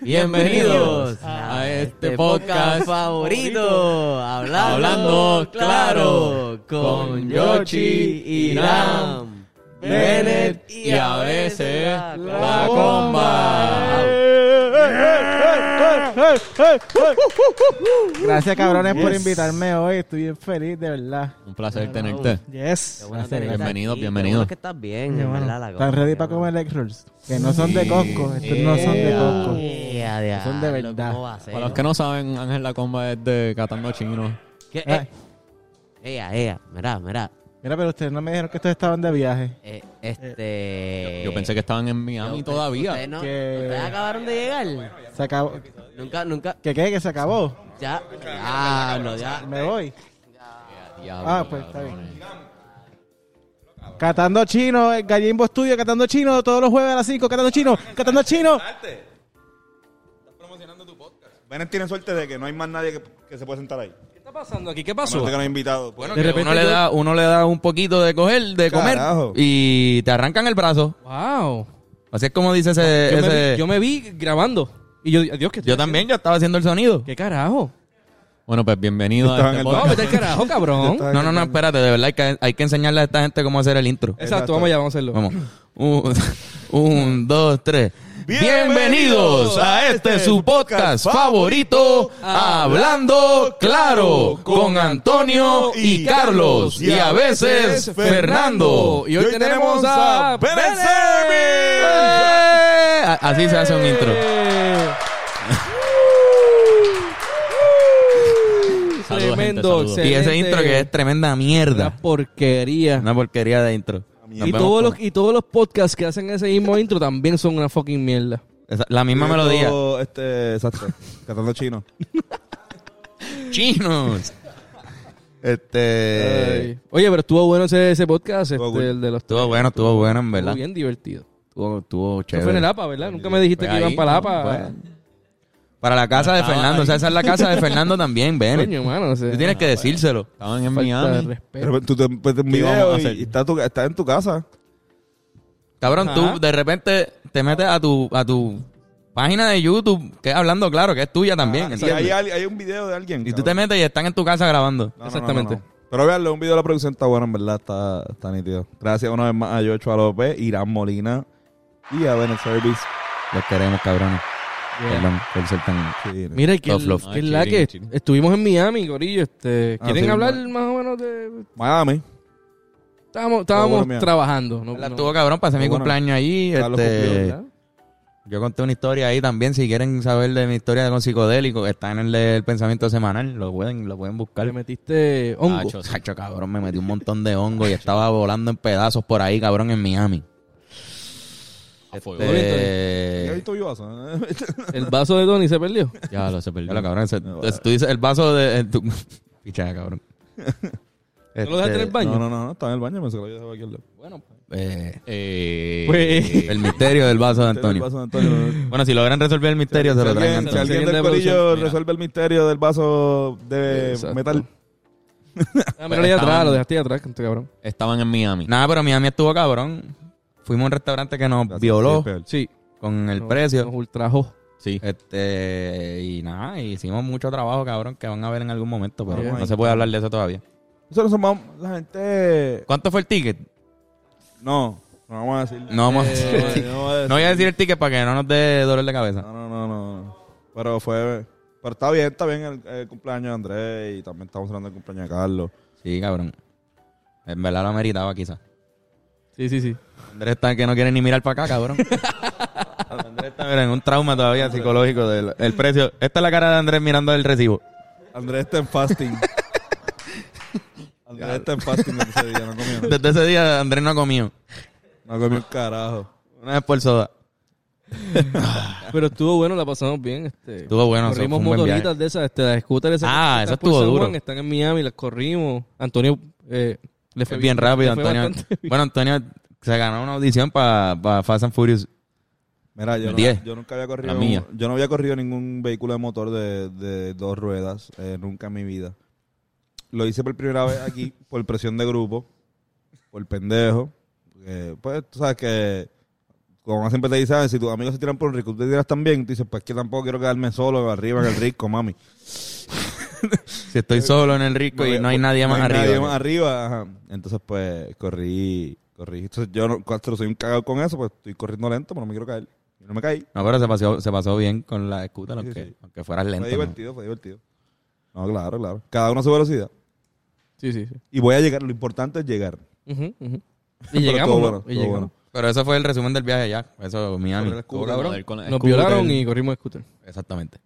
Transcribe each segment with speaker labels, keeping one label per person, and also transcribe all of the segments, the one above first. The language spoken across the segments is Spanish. Speaker 1: Bienvenidos a este podcast
Speaker 2: favorito, hablando,
Speaker 1: Hablando Claro,
Speaker 2: claro,
Speaker 1: con Yoshi, Iram,
Speaker 2: Ram,
Speaker 1: Bennett y a veces la comba.
Speaker 3: Gracias, cabrones, por
Speaker 4: Yes.
Speaker 3: invitarme hoy. Estoy bien feliz, de verdad.
Speaker 1: Un placer tenerte.
Speaker 4: Yes.
Speaker 1: Bienvenido,
Speaker 2: bienvenidos
Speaker 1: bienvenido.
Speaker 2: que estás bien, en
Speaker 4: Qué bueno.
Speaker 2: verdad. La
Speaker 3: ¿Están ready para comer egg rolls? Que no son de Costco. Estos no son de Costco. Son de verdad.
Speaker 1: Para los que no saben, Ángel la comba es de Catando Chino.
Speaker 3: Ay,
Speaker 2: Ella, ella, Eh, mira, mira.
Speaker 3: Mira, pero ustedes no me dijeron que ustedes estaban de viaje.
Speaker 2: eh, este.
Speaker 1: Yo pensé que estaban en Miami
Speaker 2: Ustedes-
Speaker 1: todavía.
Speaker 2: Ustedes, no,
Speaker 3: Que-
Speaker 2: ustedes acabaron de llegar.
Speaker 3: Se acabó.
Speaker 2: Nunca, nunca.
Speaker 3: ¿Qué qué? ¿Que se acabó?
Speaker 2: Ya. Ya, no, ya.
Speaker 3: ¿Me voy?
Speaker 1: Diablo,
Speaker 3: Ah, pues, está
Speaker 1: cabrones.
Speaker 3: Catando Chino, el Gallimbo Studio, Catando Chino, todos los jueves a las 5, Catando Chino, Catando Chino.
Speaker 5: Arte. Estás promocionando tu podcast. Bennett tiene suerte de que no hay más nadie que, que se puede sentar ahí.
Speaker 6: ¿Qué está pasando aquí? ¿Qué
Speaker 5: A menos
Speaker 6: pasó?
Speaker 5: de que no hay invitado.
Speaker 6: Bueno,
Speaker 5: Bueno,
Speaker 6: que uno, le da, uno le da un poquito de coger, de comer,
Speaker 5: Carajo.
Speaker 6: y te arrancan el brazo.
Speaker 4: Wow.
Speaker 6: Así es como dice ese...
Speaker 4: Yo, me,
Speaker 6: ese-
Speaker 4: vi- yo me vi grabando. Y yo, Dios, que
Speaker 6: yo también, yo estaba haciendo el sonido.
Speaker 4: ¿Qué carajo?
Speaker 1: Bueno, pues bienvenido a
Speaker 5: Estaban
Speaker 1: este
Speaker 5: en el
Speaker 4: No,
Speaker 1: podcast.
Speaker 4: vete al carajo, cabrón.
Speaker 6: No, no, no, espérate, de verdad hay que, hay que enseñarle a esta gente cómo hacer el intro.
Speaker 4: Exacto, vamos allá, vamos a hacerlo.
Speaker 6: Vamos. Un, un, dos, tres.
Speaker 5: Bienvenidos
Speaker 6: Bienvenidos a este su podcast favorito, Hablando Claro, con Antonio y Carlos, y a veces Fernando.
Speaker 4: Y hoy, tenemos a...
Speaker 5: Bennett Servi.
Speaker 6: ¡Eh! A- Así se hace un intro.
Speaker 4: Eh,
Speaker 1: Saludos, gente,
Speaker 4: Tremendo,
Speaker 1: saludos.
Speaker 4: excelente.
Speaker 6: Y ese intro que es tremenda mierda.
Speaker 4: Una porquería.
Speaker 6: Una porquería de intro. Nos
Speaker 4: Y
Speaker 6: vemos
Speaker 4: todos,
Speaker 6: con-
Speaker 4: los, y todos los podcasts que hacen ese mismo intro también son una fucking mierda.
Speaker 6: Esa- La misma melodía.
Speaker 5: Este, exacto. Catando chino.
Speaker 6: Chinos.
Speaker 5: Este.
Speaker 4: Ay. Oye, pero estuvo bueno ese, ese podcast,
Speaker 5: Estuvo
Speaker 4: este,
Speaker 5: cool.
Speaker 4: el de los...
Speaker 6: Eh. Estuvo bueno, estuvo bueno, en
Speaker 4: Estuvo
Speaker 6: verdad.
Speaker 4: bien divertido.
Speaker 6: Estuvo, estuvo
Speaker 4: Eso fue en el
Speaker 6: chévere.
Speaker 4: APA, ¿verdad? Nunca me dijiste que
Speaker 6: Pues ahí,
Speaker 4: iban para el
Speaker 6: no,
Speaker 4: APA.
Speaker 6: pues. Para la casa de
Speaker 1: Estaba
Speaker 6: Fernando. O sea,
Speaker 1: ahí.
Speaker 6: esa es la casa de Fernando
Speaker 4: Coño,
Speaker 6: también, Bennett.
Speaker 4: hermano. o sea,
Speaker 6: Tú tienes que decírselo.
Speaker 1: Estaban en
Speaker 4: falta de
Speaker 1: Miami.
Speaker 4: respeto.
Speaker 5: Pero tú te puedes un
Speaker 1: ¿Qué vamos a
Speaker 5: video y,
Speaker 1: hacer?
Speaker 5: y está, tu, está en tu casa.
Speaker 6: Cabrón,
Speaker 4: Ajá.
Speaker 6: tú de repente te metes a tu, a tu página de YouTube, que es hablando claro, que es tuya también.
Speaker 5: Ah, y
Speaker 6: ¿entiendes?
Speaker 5: hay, al- hay un video de alguien.
Speaker 6: y tú
Speaker 5: cabrón.
Speaker 6: te metes y están en tu casa grabando.
Speaker 5: No, no, no,
Speaker 4: Exactamente.
Speaker 5: no, no. Pero véanlo, un video de la producción está bueno, en verdad, está, está nítido. Gracias una vez más a Yocho López, Irán Molina y a Bennett Service.
Speaker 6: Los queremos, cabrones. Perdón por ser tan...
Speaker 5: Sí,
Speaker 4: Mira, que,
Speaker 6: Tough
Speaker 4: el-
Speaker 6: love.
Speaker 4: que es
Speaker 1: Ah,
Speaker 4: la
Speaker 1: chilling,
Speaker 4: que
Speaker 1: chilling.
Speaker 4: estuvimos en Miami, Corillo. Este,
Speaker 5: Ah,
Speaker 4: ¿Quieren
Speaker 5: sí,
Speaker 4: hablar
Speaker 5: bueno.
Speaker 4: más o menos de...?
Speaker 5: Miami.
Speaker 4: Estábamos,
Speaker 5: Todo
Speaker 4: estábamos
Speaker 5: bueno, mira.
Speaker 4: trabajando. No,
Speaker 6: La
Speaker 4: no.
Speaker 6: tuvo cabrón, pasé mi
Speaker 5: Bueno,
Speaker 6: cumpleaños ahí.
Speaker 5: Carlos cumplió,
Speaker 6: Este,
Speaker 4: ¿verdad?
Speaker 6: yo conté una historia ahí también. Si quieren saber de mi historia con psicodélico, está en el, del pensamiento semanal. Lo pueden, lo pueden buscar.
Speaker 4: Le metiste hongo.
Speaker 6: Hacho, hacho, cabrón, me metí un montón de hongo y estaba volando en pedazos por ahí, cabrón, en Miami.
Speaker 1: A fuego.
Speaker 6: Este,
Speaker 5: ¿Ya he visto ¿eh? yo eso?
Speaker 4: El vaso de Tony se perdió.
Speaker 1: Ya lo se
Speaker 6: ya lo,
Speaker 1: perdió.
Speaker 6: cabrón, ese- ese- tú dices el vaso de... en tu- Pichada, cabrón. Este,
Speaker 4: ¿No lo dejaste en el baño?
Speaker 5: No, no, no, no, estaba en el baño, me se lo había dejado aquí al lado.
Speaker 6: Eh,
Speaker 1: Eh,
Speaker 4: Pues-
Speaker 6: el misterio del vaso de
Speaker 5: El
Speaker 6: Antonio.
Speaker 5: vaso de Antonio.
Speaker 6: Bueno, si logran resolver el misterio,
Speaker 5: si
Speaker 6: se lo traen a
Speaker 5: alguien, si
Speaker 6: Antonio.
Speaker 5: alguien del
Speaker 4: Alguien de
Speaker 5: corillo
Speaker 4: producción,
Speaker 1: mira.
Speaker 5: resuelve el misterio del vaso de
Speaker 4: Exacto.
Speaker 5: Eh, metal.
Speaker 4: Ah, mira, lo dejaste
Speaker 6: estaban-
Speaker 4: atrás, lo dejaste ahí atrás, canto cabrón.
Speaker 1: Estaban en Miami.
Speaker 6: Nada, pero Miami estuvo cabrón. Fuimos a un restaurante que nos violó
Speaker 5: Sí, peor.
Speaker 4: Sí.
Speaker 6: con el
Speaker 4: Nos-
Speaker 6: precio.
Speaker 4: Nos ultrajó.
Speaker 1: Sí.
Speaker 6: Este, y nada, hicimos mucho trabajo, cabrón, que van a ver en algún momento, pero
Speaker 4: Yeah.
Speaker 6: no se puede hablar de eso todavía.
Speaker 5: Nosotros somos la gente.
Speaker 6: ¿Cuánto fue el ticket?
Speaker 5: No, no vamos a decir.
Speaker 6: No vamos a
Speaker 5: Eh,
Speaker 6: decir.
Speaker 5: no vamos a
Speaker 6: No voy a decir el ticket para que no nos dé dolor de cabeza.
Speaker 5: No, no, no, no, no. Pero fue. Pero está bien, está bien el, el cumpleaños de Andrés y también estamos hablando del cumpleaños de Carlos.
Speaker 6: Sí, cabrón. En verdad lo meritaba quizás.
Speaker 4: Sí, sí, sí.
Speaker 6: Andrés está que no quiere ni mirar para acá, cabrón. Andrés está mira, en un trauma todavía psicológico del el precio. Esta es la cara de Andrés mirando el recibo.
Speaker 5: Andrés está en fasting. Andrés está en fasting ese día, no comió.
Speaker 6: Desde ese día Andrés no ha comido.
Speaker 5: No comió un carajo.
Speaker 6: Una vez por soda.
Speaker 4: Pero estuvo bueno, la pasamos bien. Este,
Speaker 6: Estuvo bueno, eso
Speaker 4: Corrimos
Speaker 6: fue un buen viaje.
Speaker 4: motoritas de esas, este, las scooters esas.
Speaker 6: Ah,
Speaker 4: que
Speaker 6: eso
Speaker 4: están por
Speaker 6: estuvo
Speaker 4: San
Speaker 6: duro.
Speaker 4: Juan, Están en Miami, las corrimos. Antonio eh, le
Speaker 6: Fue
Speaker 4: fue
Speaker 6: bien rápido,
Speaker 4: le fue
Speaker 6: Antonio.
Speaker 4: bastante bien.
Speaker 6: Bueno, Antonio se ganó una audición para Fast and Furious.
Speaker 5: Mira, yo, no-
Speaker 6: Diez.
Speaker 5: yo nunca había
Speaker 1: La
Speaker 5: corrido.
Speaker 1: mía.
Speaker 5: Yo no había corrido ningún vehículo de motor de, de dos ruedas, eh, nunca en mi vida. Lo hice por primera vez aquí, por presión de grupo, por pendejo. porque, pues tú sabes que Como siempre te dicen, si tus amigos se tiran por un rico, tú te tiras también. Tú dices, pues que tampoco quiero quedarme solo arriba en el rico, mami.
Speaker 6: Si estoy solo en el rico Pues, y no hay nadie más
Speaker 5: No hay
Speaker 6: arriba.
Speaker 5: nadie más arriba, ajá. Entonces, pues, corrí, corrí. Entonces, yo, no, cuando soy un cagado con eso, pues estoy corriendo lento, pero no me quiero caer. Yo no me caí.
Speaker 6: No, pero se pasó, se pasó bien con la escuta, aunque,
Speaker 5: sí.
Speaker 6: aunque fueras
Speaker 5: Fue
Speaker 6: lento. ¿no?
Speaker 5: divertido, fue divertido. No, claro, claro. Cada uno a su velocidad.
Speaker 4: Sí, sí, sí.
Speaker 5: Y voy a llegar, lo importante es llegar.
Speaker 4: Ujú, ujú. Y
Speaker 5: Pero
Speaker 4: llegamos.
Speaker 5: estuvo
Speaker 4: ¿no?
Speaker 5: bueno,
Speaker 4: y
Speaker 5: estuvo
Speaker 4: llegamos.
Speaker 6: Pero ese fue el resumen del viaje allá. Eso, Miami.
Speaker 5: Sobre la escuta,
Speaker 6: Estuvo cabrón.
Speaker 1: Joder, con la
Speaker 4: Nos
Speaker 1: scooter.
Speaker 4: violaron y corrimos scooter.
Speaker 6: Exactamente.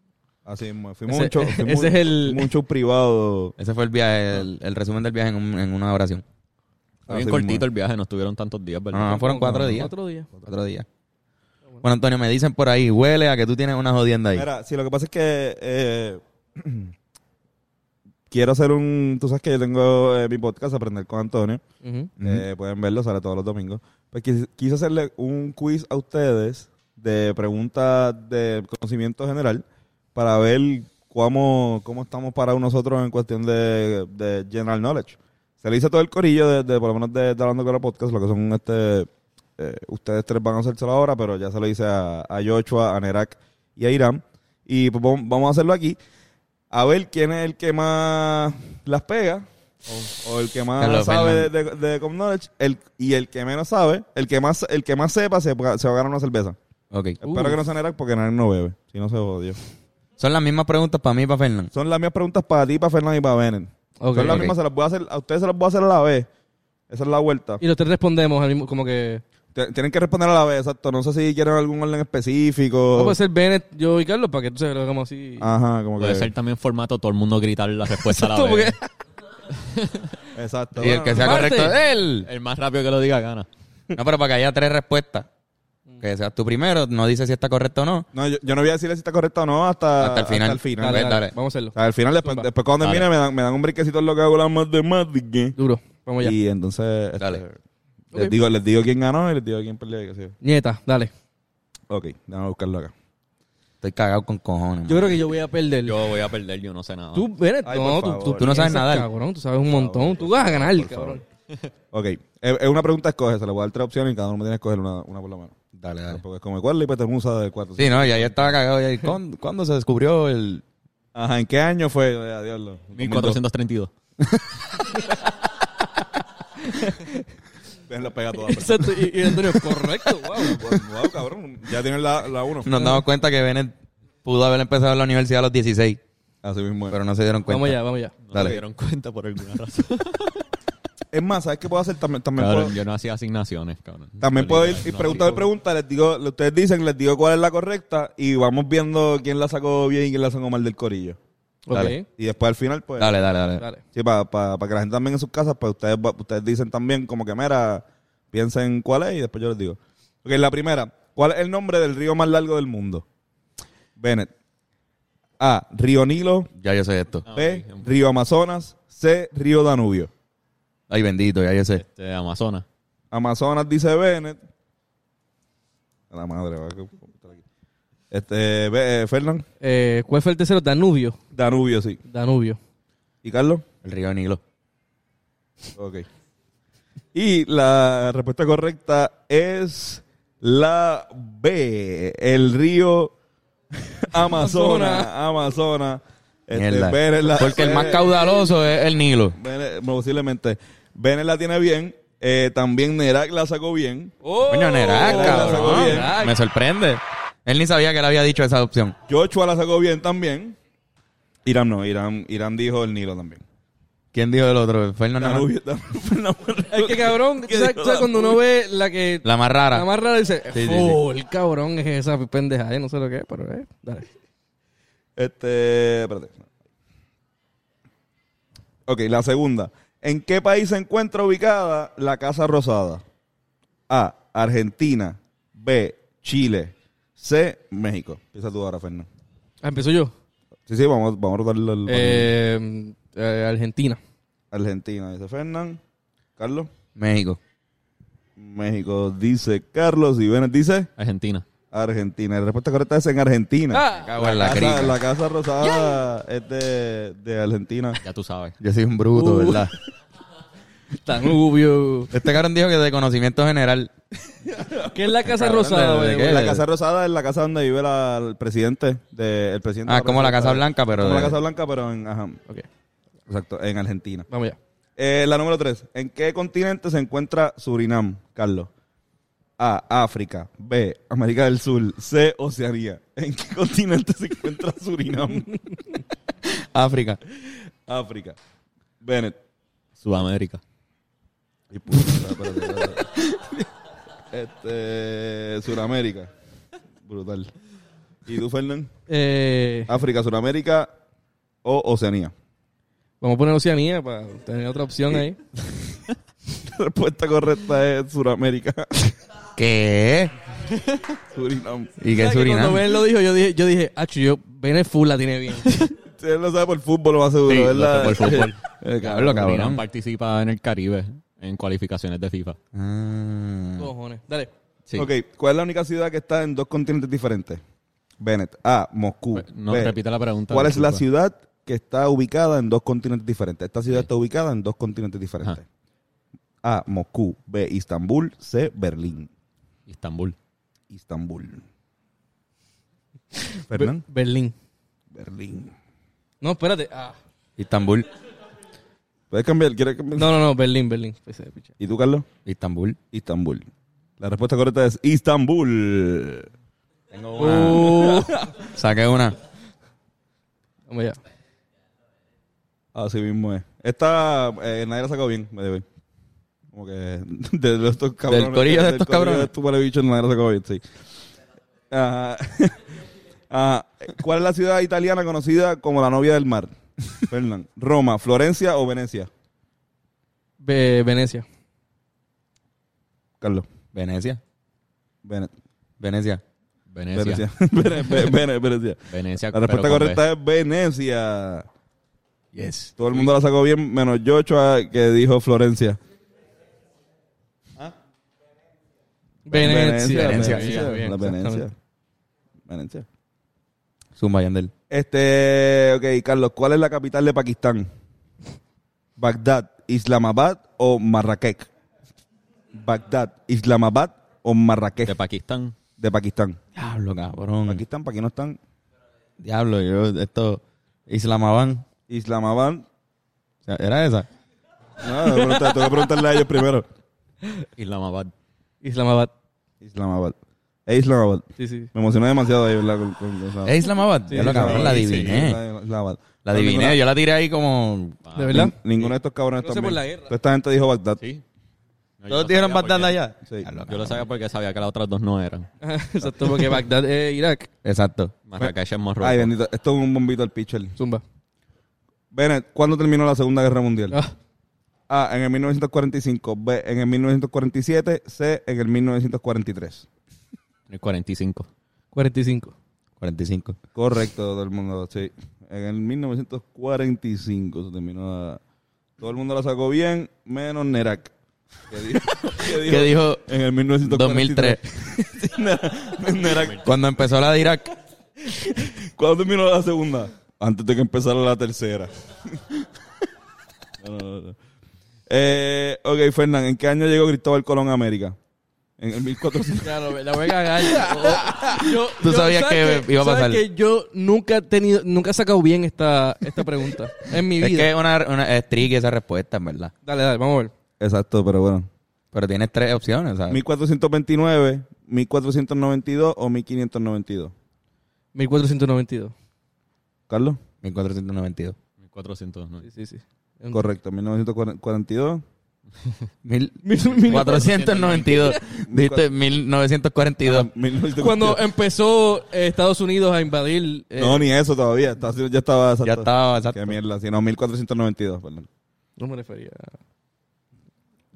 Speaker 5: Así mismo, fuimos
Speaker 4: Ese-
Speaker 5: a un show, fuimos
Speaker 4: ese
Speaker 5: a un-
Speaker 4: es el-
Speaker 5: fuimos a un show privado.
Speaker 6: Ese fue el
Speaker 5: Ah.
Speaker 6: viaje, el, el resumen del viaje en, un- en una oración.
Speaker 1: Fue bien
Speaker 5: Así
Speaker 1: cortito
Speaker 5: Ah, mismo. Ah,
Speaker 1: el viaje, no estuvieron tantos días,
Speaker 6: No,
Speaker 1: ¿verdad?
Speaker 6: no, fueron cuatro
Speaker 5: no,
Speaker 6: días. Cuatro,
Speaker 4: Otro día.
Speaker 6: días. Bueno, Antonio, me dicen por ahí, huele a que tú tienes una jodienda ahí.
Speaker 5: Mira, sí, lo que pasa es que eh, quiero hacer un... Tú sabes que yo tengo eh, mi podcast, Aprender con Antonio.
Speaker 4: Ujú.
Speaker 5: Eh, pueden verlo, sale todos los domingos. Pues quis- quise hacerle un quiz a ustedes de preguntas de conocimiento general para ver cómo, cómo estamos parados nosotros en cuestión de, de general knowledge. Se le hizo todo el corillo, de, de- por lo menos de, de Hablando con la Podcast, lo que son este... eh, ustedes tres van a hacérselo ahora, pero ya se lo hice a, a Joshua, a Nerak y a Irán. Y pues vam- vamos a hacerlo aquí. A ver quién es el que más las pega. O, o el que más
Speaker 6: Carlos
Speaker 5: sabe de, de, de Common Knowledge. El, y el que menos sabe, el que más, el que más sepa, se, va- se va a ganar una cerveza.
Speaker 6: Ok.
Speaker 5: Espero que no sea Nerak porque Nerak no bebe. Si no se jodió.
Speaker 6: Son las mismas preguntas para mí y para Fernán.
Speaker 5: Son las mismas preguntas para ti, para Fernán y para Benen.
Speaker 4: Ok,
Speaker 5: Son las
Speaker 6: ok.
Speaker 5: mismas, se las voy a hacer, a ustedes se las voy a hacer a la vez. Esa es la vuelta.
Speaker 4: Y los tres respondemos al mismo, como que.
Speaker 5: T- Tienen que responder a la vez, exacto. No sé si quieren algún orden
Speaker 4: No
Speaker 5: específico.
Speaker 6: pues,
Speaker 4: puede "Ah, pues ser Bennett, yo y Carlos, para que tú se lo hagamos así.
Speaker 5: Ajá, como
Speaker 1: Puede
Speaker 5: que.
Speaker 1: ser también formato todo el mundo gritar la respuesta a la
Speaker 4: Exacto,
Speaker 1: vez.
Speaker 5: Exacto.
Speaker 6: Y el que sea
Speaker 4: Marte.
Speaker 6: correcto es él.
Speaker 1: El más rápido que lo diga gana.
Speaker 6: No, pero para que haya tres respuestas. Que seas tú primero, no dice si está correcto o no.
Speaker 5: No, yo, yo no voy a decirle si está correcto o no hasta,
Speaker 6: Hasta el final.
Speaker 5: final.
Speaker 4: Dale,
Speaker 6: Dale,
Speaker 4: dale,
Speaker 6: dale.
Speaker 4: Vamos a hacerlo.
Speaker 5: O sea, al final, después,
Speaker 4: Zumba.
Speaker 5: después cuando termine, me dan, me dan un briquecito en lo que hago la matemática.
Speaker 4: Duro. Vamos allá.
Speaker 5: Y entonces. este,
Speaker 6: Dale.
Speaker 5: Les,
Speaker 4: Ok.
Speaker 5: digo, les digo quién ganó y les digo quién perdió. y qué sé yo.
Speaker 4: Nieta, dale.
Speaker 5: Ok, déjame buscarlo acá.
Speaker 6: Estoy cagado con cojones.
Speaker 4: Yo creo que yo voy a perder.
Speaker 1: Yo voy a perder, yo no sé nada.
Speaker 4: Tú, Bennett,
Speaker 5: Ay,
Speaker 4: no,
Speaker 5: por
Speaker 4: tú,
Speaker 5: favor.
Speaker 4: tú,
Speaker 6: Tú no sabes
Speaker 4: piensas,
Speaker 6: nadar.
Speaker 4: Ah. Cabrón, tú sabes un montón. Tú vas a ganar,
Speaker 5: Por favor.
Speaker 4: cabrón.
Speaker 5: Ok, es, es una pregunta, escoge. Se le voy a dar tres opciones y cada uno me tiene que escoger una, una por la mano.
Speaker 6: Dale, dale.
Speaker 5: Porque es como cuál y pues musa del cuarto.
Speaker 6: Sí, no, ya, ya estaba cagado. ya. ¿Y ¿Cuándo, cuándo se descubrió el...?
Speaker 5: Ajá, ¿en qué año fue? Eh, diablo.
Speaker 1: 1432.
Speaker 5: Ven, la pega toda.
Speaker 4: Exacto. Y, y Antonio, correcto, wow.
Speaker 5: Wow, cabrón. Ya tienen la, la uno.
Speaker 6: Nos damos cuenta que Bennett pudo haber empezado en la universidad a los 16,
Speaker 5: Así mismo. es.
Speaker 6: pero no se dieron cuenta.
Speaker 4: Vamos allá, vamos allá.
Speaker 1: No
Speaker 6: Dale.
Speaker 1: se dieron cuenta por alguna razón.
Speaker 5: es más, ¿sabes qué puedo hacer? También, también puedo-
Speaker 1: Cabrón, yo no hacía asignaciones, cabrón.
Speaker 5: También puedo ir y
Speaker 1: No,
Speaker 5: pregunta de pregunta, les digo, ustedes dicen, les digo cuál es la correcta y vamos viendo quién la sacó bien y quién la sacó mal del corillo.
Speaker 4: Ok.
Speaker 6: Dale.
Speaker 5: Y después al final, pues,
Speaker 6: Dale, dale, dale.
Speaker 4: Dale.
Speaker 5: sí, para que la gente también en sus casas, pues ustedes, va- ustedes dicen también como que, mira, piensen cuál es y después yo les digo. Ok, la primera, ¿cuál es el nombre del río más largo del mundo? Bennett. A, Río Nilo,
Speaker 6: Ya yo sé esto.
Speaker 5: B, Río Amazonas, C, Río Danubio.
Speaker 6: Ay, bendito, ya yo sé.
Speaker 1: Este, Amazonas.
Speaker 5: Amazonas dice Bennett. A la madre, va a computar aquí. Este, ve- eh, Fernán,
Speaker 4: Eh, ¿Cuál fue el tercero? Danubio.
Speaker 5: Danubio, sí.
Speaker 4: Danubio.
Speaker 5: ¿Y Carlos?
Speaker 6: El río Nilo.
Speaker 5: Ok. Y la respuesta correcta es la B, el río Amazonas. Amazonas. Este,
Speaker 6: Mierda.
Speaker 5: Bennett la-
Speaker 6: Porque el más
Speaker 5: Bennett-
Speaker 6: caudaloso es el Nilo.
Speaker 5: Bennett- posiblemente. Bennett la tiene bien. Eh, también Nerak la sacó bien.
Speaker 6: Coño, Nerak,
Speaker 5: la sacó
Speaker 6: cabrón.
Speaker 5: bien.
Speaker 6: Me sorprende. Él ni sabía que le había dicho esa opción.
Speaker 5: Joshua la sacó bien también. Irán no, Irán, Irán dijo el Nilo también.
Speaker 6: ¿Quién dijo el otro? Fernando.
Speaker 5: Danubio, Danubio,
Speaker 4: Es que cabrón, tú sabes, tú sabes cuando uno ve la que.
Speaker 6: La más rara.
Speaker 4: La más rara dice,
Speaker 6: sí, sí.
Speaker 4: "Oh, el cabrón es esa pendeja, yo no sé lo que es, pero eh, dale.
Speaker 5: Este, espérate. Ok, la segunda. ¿En qué país se encuentra ubicada la Casa Rosada? A. Argentina. B. Chile. C. México. Empieza tú ahora, Fernando.
Speaker 4: Ah, empiezo yo.
Speaker 5: Sí, sí, vamos, vamos a rotar el- el-
Speaker 4: Eh, eh, Argentina.
Speaker 5: Argentina, dice Fernán. Carlos.
Speaker 6: México.
Speaker 5: México, dice Carlos. Y Benet dice
Speaker 1: Argentina.
Speaker 5: Argentina. La respuesta correcta es en Argentina.
Speaker 4: Ah.
Speaker 6: Cago en la
Speaker 5: casa,
Speaker 6: crica.
Speaker 5: la Casa Rosada es de, de Argentina.
Speaker 1: Ya tú sabes.
Speaker 6: Yo soy un bruto, ¿verdad?
Speaker 4: Tan rubio.
Speaker 7: Este cabrón dijo que de conocimiento general.
Speaker 4: ¿Qué es la Casa
Speaker 7: Cabrón, ¿de-
Speaker 4: Rosada?
Speaker 7: de
Speaker 4: by the
Speaker 7: qué?
Speaker 4: way?
Speaker 5: La Casa Rosada es la casa donde vive la- el presidente. De, el presidente
Speaker 7: Ah,
Speaker 5: de
Speaker 7: como la Casa
Speaker 5: República.
Speaker 7: Blanca, pero.
Speaker 5: Como la
Speaker 7: de-
Speaker 5: Casa Blanca, pero en... Ajá,
Speaker 4: Ok,
Speaker 5: exacto, en Argentina.
Speaker 4: vamos ya.
Speaker 5: Eh, la número tres. ¿En qué continente se encuentra Surinam, Carlos? A. África. B. América del Sur. C. Oceanía. ¿En qué continente se encuentra Surinam?
Speaker 7: África.
Speaker 5: África. Bennett.
Speaker 1: Sudamérica.
Speaker 5: Y puta, espérate, espérate. Este. Sudamérica. Brutal. ¿Y tú, Fernán?
Speaker 4: Eh,
Speaker 5: África, Sudamérica o Oceanía.
Speaker 4: vamos a poner Oceanía para tener otra opción ahí.
Speaker 5: La respuesta correcta es Sudamérica.
Speaker 7: ¿Qué?
Speaker 5: Surinam.
Speaker 7: ¿Y qué es
Speaker 4: ¿Sabes que Cuando
Speaker 7: Surinam?
Speaker 4: Ben lo dijo, yo dije, yo dije, "Acho, yo, Ben es full, la tiene bien.
Speaker 5: Si él lo sabe por fútbol, lo más seguro,
Speaker 1: Sí, lo
Speaker 5: ¿verdad?
Speaker 1: sé por fútbol.
Speaker 5: Eh, cabrón.
Speaker 7: Cabrón,
Speaker 1: Irán
Speaker 7: cabrón.
Speaker 1: participa en el Caribe en cualificaciones de FIFA.
Speaker 5: Uh,
Speaker 7: Ah.
Speaker 4: Cojones. Dale.
Speaker 1: Sí.
Speaker 5: Ok, ¿cuál es la única ciudad que está en dos continentes diferentes? Bennett. A. Moscú.
Speaker 1: Pues, No,
Speaker 5: B.
Speaker 1: repite la pregunta.
Speaker 5: ¿Cuál es la
Speaker 1: disculpa.
Speaker 5: ciudad que está ubicada en dos continentes diferentes? Esta ciudad está ubicada en dos continentes diferentes. A. Moscú. B. Istambul. C. Berlín.
Speaker 1: Istambul.
Speaker 5: Istambul. Fernán.
Speaker 4: Be- Berlín.
Speaker 5: Berlín.
Speaker 4: No, espérate. Ah.
Speaker 7: Istambul.
Speaker 5: ¿Puedes cambiar? ¿Quieres cambiar?
Speaker 4: No, no, no, Berlín, Berlín. Ese de picha.
Speaker 5: ¿Y tú, Carlos?
Speaker 7: Istambul.
Speaker 5: Istambul. La respuesta correcta es Istambul.
Speaker 7: Uh, saqué una.
Speaker 4: Vamos allá.
Speaker 5: Así mismo es. Esta eh, nadie la sacó bien, me debe. Como que de, de estos cabrones.
Speaker 7: corillo de estos
Speaker 5: corillo
Speaker 7: cabrones.
Speaker 5: De estos malebichos, nadie la sacó bien, sí. Ajá. Ajá. ah, ¿Cuál es la ciudad italiana conocida como la novia del mar? Fernán. ¿Roma, Florencia o Venecia?
Speaker 4: Be- Venecia.
Speaker 5: Carlos.
Speaker 7: Venecia.
Speaker 5: Vene-
Speaker 7: Venecia.
Speaker 1: Venecia.
Speaker 5: Venecia.
Speaker 1: Venecia.
Speaker 5: Vene- Ve- Vene- Venecia. La respuesta
Speaker 1: pero con B.
Speaker 5: correcta es Venecia.
Speaker 7: Yes.
Speaker 5: Todo el mundo la sacó bien, menos Joshua, que dijo Florencia.
Speaker 4: Venecia.
Speaker 7: Venecia.
Speaker 5: Venecia.
Speaker 4: bien,
Speaker 5: La Venecia.
Speaker 4: exactamente.
Speaker 5: Venencia.
Speaker 7: Zumba, Yandel.
Speaker 5: Este, ok, Carlos, ¿cuál es la capital de Pakistán? Bagdad, Islamabad o Marrakech? Bagdad, Islamabad o Marrakech
Speaker 1: De Pakistán.
Speaker 5: de Pakistán.
Speaker 7: Diablo, cabrón.
Speaker 5: Pakistán, ¿para qué no están?
Speaker 7: Diablo, yo, esto. Islamabad.
Speaker 5: Islamabad.
Speaker 7: O sea, ¿Era esa?
Speaker 5: No, no, no, tengo que preguntarle a ellos primero.
Speaker 1: Islamabad.
Speaker 4: Islamabad.
Speaker 5: Islamabad. Es Islamabad.
Speaker 4: Sí, sí.
Speaker 5: Me emocioné demasiado ahí, ¿verdad? Con, con- con Islamabad.
Speaker 7: ¿Es Islamabad? Diablo, cabrón, la
Speaker 5: Sí,
Speaker 7: adiviné.
Speaker 5: Islamabad.
Speaker 7: La
Speaker 5: No,
Speaker 7: adiviné,
Speaker 5: ninguna-
Speaker 7: yo la tiré ahí como.
Speaker 4: ¿De verdad?
Speaker 5: nin- Ninguno de estos cabrones
Speaker 4: No sé
Speaker 5: están
Speaker 4: por
Speaker 5: bien.
Speaker 4: la guerra.
Speaker 5: Toda esta gente dijo Bagdad.
Speaker 1: Sí. No, yo
Speaker 7: ¿Todos
Speaker 1: lo
Speaker 7: dijeron
Speaker 1: sabía
Speaker 7: Bagdad
Speaker 1: porque-
Speaker 7: allá?
Speaker 5: Sí.
Speaker 7: Diablo,
Speaker 1: Yo lo
Speaker 7: cabrón.
Speaker 1: sabía porque sabía que las otras dos no eran.
Speaker 4: Exacto, porque Bagdad es Irak.
Speaker 7: Exacto.
Speaker 1: Marrakech es Marruecos.
Speaker 5: Ay, bendito. Esto es un bombito al pitcher.
Speaker 4: Zumba.
Speaker 5: Bennett, ¿cuándo terminó la Segunda Guerra Mundial?
Speaker 4: Ah,
Speaker 5: A, en el 1945. B, en el 1947. C, en el 1943.
Speaker 1: En el 45.
Speaker 4: 45.
Speaker 7: 45.
Speaker 5: Correcto, todo el mundo, sí. En el 1945 se terminó la- Todo el mundo la sacó bien, menos Nerak. que dijo- que dijo
Speaker 7: ¿Qué dijo?
Speaker 5: En el 1943. 2003. Nerak,
Speaker 7: Cuando empezó la de Irak.
Speaker 5: ¿cuándo terminó la segunda? Antes de que empezara la tercera. No, no, no, no. Eh, ok, Fernán, ¿en qué año llegó Cristóbal Colón a América? En el 1400.
Speaker 4: Claro, la voy a cagar. Yo- yo-
Speaker 7: Tú sabías
Speaker 4: ¿sabes
Speaker 7: que iba a
Speaker 4: sabes
Speaker 7: pasar.
Speaker 4: que yo nunca he tenido, nunca he sacado bien esta, esta pregunta en mi
Speaker 7: Es
Speaker 4: vida.
Speaker 7: que es una, una, es tricky esa respuesta, en verdad.
Speaker 4: Dale, dale, vamos a ver.
Speaker 5: Exacto, pero bueno.
Speaker 7: Pero tienes tres opciones, ¿sabes?
Speaker 5: 1429, 1492 o 1592.
Speaker 4: 1492.
Speaker 5: Carlos.
Speaker 7: 1492.
Speaker 1: 400.
Speaker 4: Sí, sí, sí.
Speaker 5: Correcto, 1942.
Speaker 7: 1492. Diste 1942.
Speaker 5: Ah, 1942.
Speaker 4: Cuando empezó eh, Estados Unidos a invadir. eh,
Speaker 5: No, ni eso todavía. está- ya estaba. exacto.
Speaker 7: Ya estaba, exacto.
Speaker 5: Qué mierda, sí, no, 1492, perdón.
Speaker 4: no me refería.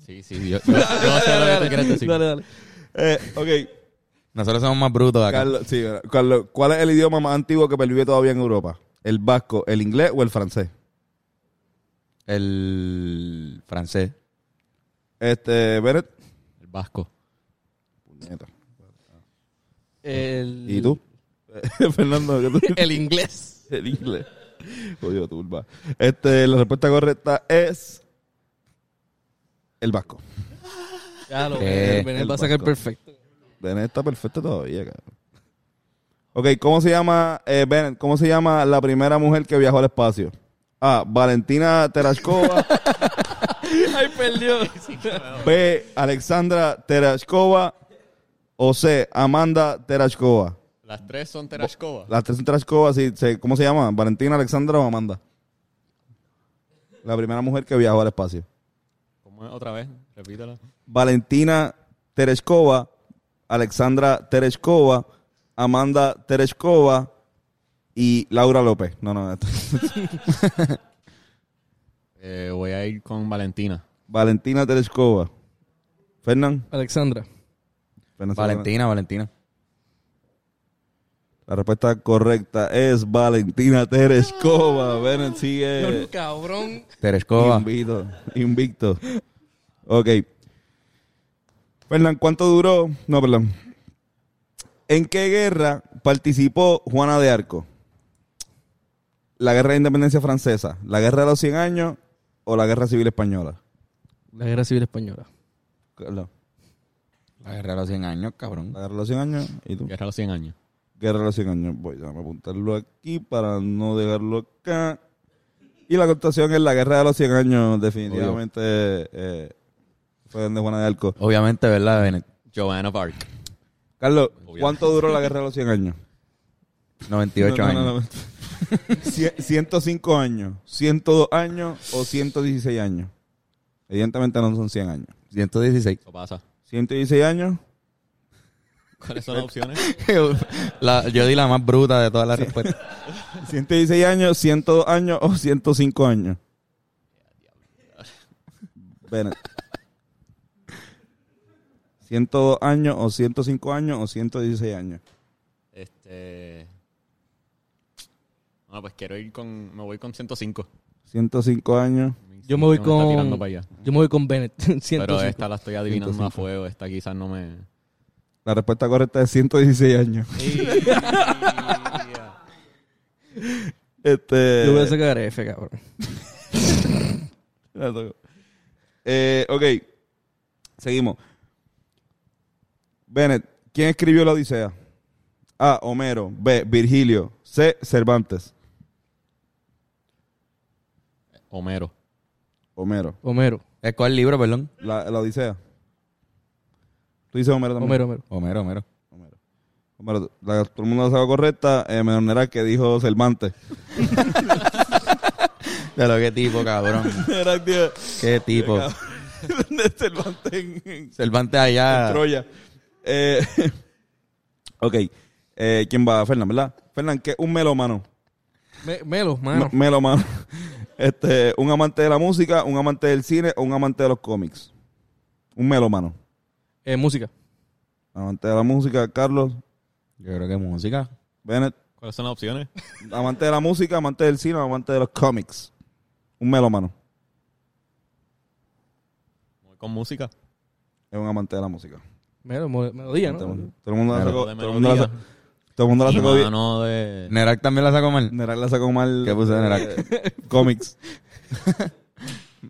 Speaker 1: Sí, sí. Yo, yo- yo sé lo que tú quieres decir.
Speaker 4: Dale, dale.
Speaker 5: Eh, ok.
Speaker 7: Nosotros somos más brutos acá.
Speaker 5: Carlos, sí, Carlos, ¿cuál es el idioma más antiguo que pervive todavía en Europa? ¿El vasco, el inglés o el francés?
Speaker 7: El francés.
Speaker 5: Este, Bennett.
Speaker 1: El vasco.
Speaker 5: Puñeta.
Speaker 4: El,
Speaker 5: ¿Y tú? Fernando, ¿qué tú-
Speaker 4: El inglés.
Speaker 5: El inglés. Jodido turba. Este, la respuesta correcta es El Vasco.
Speaker 4: Ya lo
Speaker 5: Eh,
Speaker 4: el Benet
Speaker 5: el
Speaker 4: va a sacar
Speaker 5: banco.
Speaker 4: perfecto.
Speaker 5: Bennett está perfecto todavía, cabrón. Ok, ¿cómo se llama, eh, Bennett, cómo se llama la primera mujer que viajó al espacio? A. Valentina Terashkova.
Speaker 4: Ay, perdió.
Speaker 5: B. Alexandra Terashkova. O C. Amanda Terashkova.
Speaker 1: Las tres son Terashkova.
Speaker 5: Las tres son Terashkova, sí, se- ¿cómo se llama? ¿Valentina, Alexandra o Amanda? La primera mujer que viajó al espacio.
Speaker 1: ¿Cómo es? Otra vez, repítelo.
Speaker 5: Valentina Tereshkova, Alexandra Tereshkova, Amanda Tereshkova y Laura López. No, no, esto-
Speaker 1: Eh, voy a ir con Valentina.
Speaker 5: Valentina Tereshkova. Fernán.
Speaker 4: Alexandra.
Speaker 5: Fernán Serrano.
Speaker 7: Valentina, Valentina.
Speaker 5: La respuesta correcta es Valentina Tereshkova. Ven, sigue.
Speaker 4: Cabrón.
Speaker 7: Tereshkova.
Speaker 5: Invicto. Invicto. Ok. Fernán, ¿cuánto duró? No, perdón. ¿En qué guerra participó Juana de Arco? ¿La guerra de independencia francesa? ¿La guerra de los 100 años o la guerra civil española?
Speaker 4: La guerra civil española.
Speaker 5: Carlos,
Speaker 7: La guerra de los 100 años, cabrón.
Speaker 5: La guerra de los 100 años y tú.
Speaker 1: Guerra a los 100 años.
Speaker 5: Guerra de los 100 años. Voy, déjame apuntarlo aquí para no dejarlo acá. Y la contestación es la guerra de los 100 años, definitivamente. eh, fue donde Juana de Arco.
Speaker 7: Obviamente, ¿verdad, Bennett?
Speaker 1: Joanna of Arc.
Speaker 5: Carlos, ¿cuánto duró la guerra de los 100 años?
Speaker 7: 98
Speaker 5: No, no,
Speaker 7: años.
Speaker 5: no, no. Cien- 105 años, 102 años o 116 años. Evidentemente no son 100 años.
Speaker 7: 116.
Speaker 1: Eso pasa.
Speaker 5: 116 años,
Speaker 1: ¿Cuáles son las opciones?
Speaker 7: La- yo di la más bruta de todas las respuestas.
Speaker 5: 116 años, 102 años o 105 años. Ven. 102 años o 105 años o 116 años.
Speaker 1: Este. Bueno, pues quiero ir con. Me voy con 105.
Speaker 5: 105 años.
Speaker 4: Yo me voy
Speaker 1: Me está
Speaker 4: con.
Speaker 1: tirando para allá.
Speaker 4: Yo me voy con Bennett. 105.
Speaker 1: Pero esta la estoy adivinando
Speaker 5: 105.
Speaker 1: a fuego. Esta quizás no me.
Speaker 5: La respuesta correcta es 116 años. Este,
Speaker 4: Yo voy a sacar F, cabrón.
Speaker 5: La tocó. Eh, ok. Seguimos. Bennett, ¿quién escribió la Odisea? A. Homero. B. Virgilio. C. Cervantes.
Speaker 1: Homero.
Speaker 5: Homero.
Speaker 4: Homero.
Speaker 7: ¿Es cuál libro, perdón?
Speaker 5: La, la Odisea. Tú dices Homero también.
Speaker 4: Homero, Homero.
Speaker 7: Homero, Homero.
Speaker 5: Homero. Homero, la- todo el mundo sabe correcta, eh, menos Neral, que dijo Cervantes.
Speaker 7: De lo que tipo, cabrón.
Speaker 5: Neral, tío,
Speaker 7: Qué tipo.
Speaker 5: de Cervantes en- en-
Speaker 7: Cervantes allá.
Speaker 5: Troya. Eh, ok. Eh, ¿Quién va? Fernán, ¿verdad? Fernán, que es un melómano.
Speaker 4: Me- Melo,
Speaker 5: Me-
Speaker 4: mano.
Speaker 5: Melómano. Este, un amante de la música, un amante del cine o un amante de los cómics. Un melómano.
Speaker 4: Eh, música.
Speaker 5: Amante de la música, Carlos,
Speaker 7: Yo creo que música.
Speaker 5: Bennett.
Speaker 1: ¿Cuáles son las opciones?
Speaker 5: Amante de la música, amante del cine, amante de los cómics. Un melómano.
Speaker 1: Me voy con música.
Speaker 5: Es un amante de la música.
Speaker 4: Melo, mo- melodía,
Speaker 5: Todo
Speaker 4: ¿no?
Speaker 5: el mundo la
Speaker 7: Claro.
Speaker 5: sacó.
Speaker 1: De
Speaker 5: Todo el mundo la
Speaker 1: melodía.
Speaker 5: sacó. Todo el mundo la
Speaker 1: Y
Speaker 5: sacó bien.
Speaker 1: mano de.
Speaker 7: Nerak también la sacó mal.
Speaker 5: Neral la sacó mal.
Speaker 7: ¿Qué puso Neral?
Speaker 5: Eh, Cómics.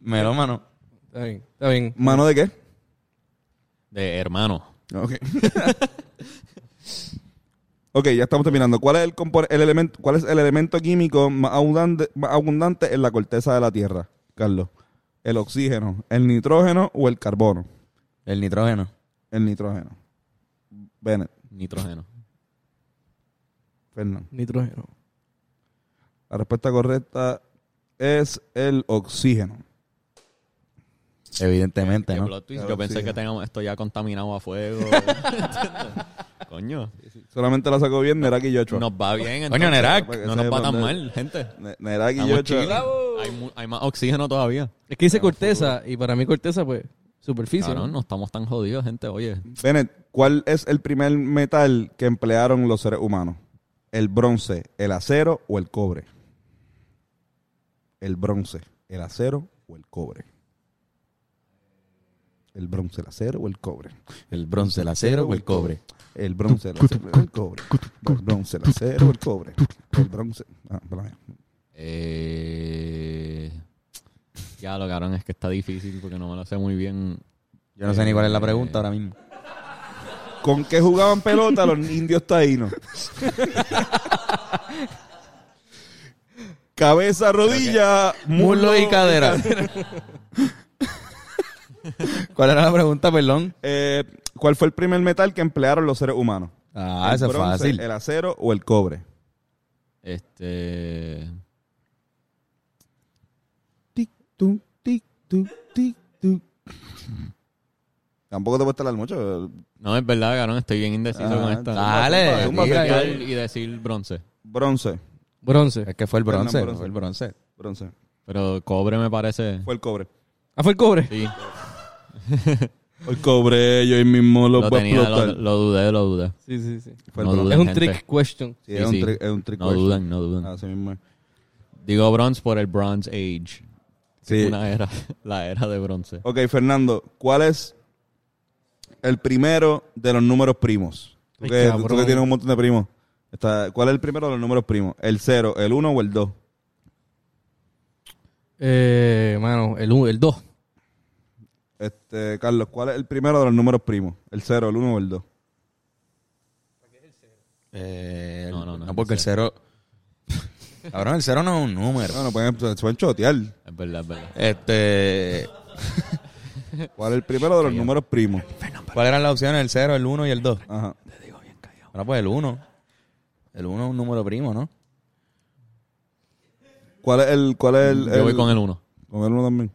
Speaker 7: Melómano.
Speaker 4: Está bien, está bien.
Speaker 5: ¿Mano de qué?
Speaker 1: De hermano.
Speaker 5: Ok. ok, ya estamos terminando. ¿Cuál es el, compon- el elemento, ¿Cuál es el elemento químico más abundante, más abundante en la corteza de la Tierra, Carlos? ¿El oxígeno, el nitrógeno o el carbono?
Speaker 7: El nitrógeno.
Speaker 5: El nitrógeno. Bennett,
Speaker 1: Nitrógeno.
Speaker 5: Fernán.
Speaker 4: Nitrógeno.
Speaker 5: La respuesta correcta es el oxígeno.
Speaker 7: Evidentemente,
Speaker 1: Qué
Speaker 7: ¿no?
Speaker 1: plot twist.
Speaker 5: Claro,
Speaker 1: Yo pensé
Speaker 5: sí.
Speaker 1: que teníamos esto ya contaminado a fuego. Coño.
Speaker 5: Solamente la sacó bien Nerak y Yochoa.
Speaker 1: Nos va bien.
Speaker 7: Coño,
Speaker 1: entonces.
Speaker 7: Nerak.
Speaker 1: No nos va tan mal, gente.
Speaker 5: Ne- Nerak y
Speaker 1: Estamos
Speaker 5: Yochoa.
Speaker 1: Hay, mu- hay más oxígeno todavía.
Speaker 4: Es que dice corteza, y para mí corteza, pues, superficie.
Speaker 1: Cabrón,
Speaker 4: ¿no?
Speaker 1: no estamos tan jodidos, gente. Oye,
Speaker 5: Bennett, ¿cuál es el primer metal que emplearon los seres humanos? ¿El bronce, el acero o el cobre? El bronce, el acero o el cobre. El bronce, el acero o el cobre.
Speaker 7: El bronce, el acero o el cobre.
Speaker 5: El bronce, el acero o el cobre. El bronce, el acero o el cobre. El bronce. Ah, perdón.
Speaker 1: eh, Ya lo cabrón, es que está difícil porque no me lo sé muy bien.
Speaker 6: Yo no sé ni cuál es la pregunta ahora mismo.
Speaker 5: ¿Con qué jugaban pelota los indios taínos? Cabeza, rodilla,
Speaker 7: Muslo y cadera.
Speaker 6: ¿Cuál era la pregunta, perdón?
Speaker 5: Eh, ¿Cuál fue el primer metal que emplearon los seres humanos?
Speaker 6: Ah,
Speaker 5: ¿El
Speaker 6: esa es
Speaker 5: bronce,
Speaker 6: fácil.
Speaker 5: ¿El acero o el cobre?
Speaker 1: Este.
Speaker 5: Tic, tum, tic, tum, tic, tum. Tampoco te puedes talar mucho.
Speaker 1: No, es verdad, cabrón, estoy bien indeciso
Speaker 5: Ah,
Speaker 1: con esta.
Speaker 6: Dale,
Speaker 5: Zumba,
Speaker 6: diga,
Speaker 5: zumba,
Speaker 1: Metal
Speaker 5: zumba.
Speaker 1: y decir bronce.
Speaker 5: Bronce.
Speaker 4: Bronce.
Speaker 6: Es que fue el bronce,
Speaker 5: Bronce.
Speaker 6: fue el bronce.
Speaker 5: Bronce.
Speaker 1: Pero cobre me parece.
Speaker 5: Fue el cobre.
Speaker 4: Ah, fue el cobre.
Speaker 1: Sí,
Speaker 5: El cobre, yo ahí mismo lo,
Speaker 1: lo
Speaker 5: voy a
Speaker 1: tenía, lo,
Speaker 5: explotar.
Speaker 1: lo dudé, lo dudé.
Speaker 4: Sí, sí, sí.
Speaker 5: Fue el
Speaker 1: no
Speaker 5: bronce.
Speaker 1: dudé.
Speaker 4: Es un
Speaker 1: Gente.
Speaker 4: trick question.
Speaker 5: Sí, es,
Speaker 1: Sí,
Speaker 5: Un
Speaker 1: sí.
Speaker 5: tri- es un trick
Speaker 1: No
Speaker 5: question. Ah,
Speaker 1: dudan, no dudan.
Speaker 5: Así mismo es.
Speaker 1: Digo bronze por el Bronze Age.
Speaker 5: Sí.
Speaker 1: Una era, la era de bronce.
Speaker 5: Ok, Fernando, ¿cuál es el primero de los números primos? Tú
Speaker 4: Ay,
Speaker 5: que, tú
Speaker 4: cabrón.
Speaker 5: que tienes un montón de primos. Está- ¿Cuál es el primero de los números primos? ¿El 0, el 1 o el 2?
Speaker 4: Eh, mano, el 1, el 2.
Speaker 5: Este, Carlos, ¿cuál es el primero de los números primos? ¿El 0, el 1 o el 2?
Speaker 6: Eh,
Speaker 1: No, no, no,
Speaker 6: No, porque el cero. Cabrón, el cero no es un número.
Speaker 5: Bueno, pueden, se pueden chotear.
Speaker 1: Es verdad, es verdad.
Speaker 6: Este.
Speaker 5: ¿Cuál es el primero de los números primos?
Speaker 6: ¿Cuáles eran las opciones? El cero, el uno y el dos.
Speaker 5: Ajá.
Speaker 6: Ahora pues el uno. El uno es un número primo, ¿no?
Speaker 5: ¿Cuál es el, cuál es el,
Speaker 1: Yo voy con el 1.
Speaker 5: Con el 1 también.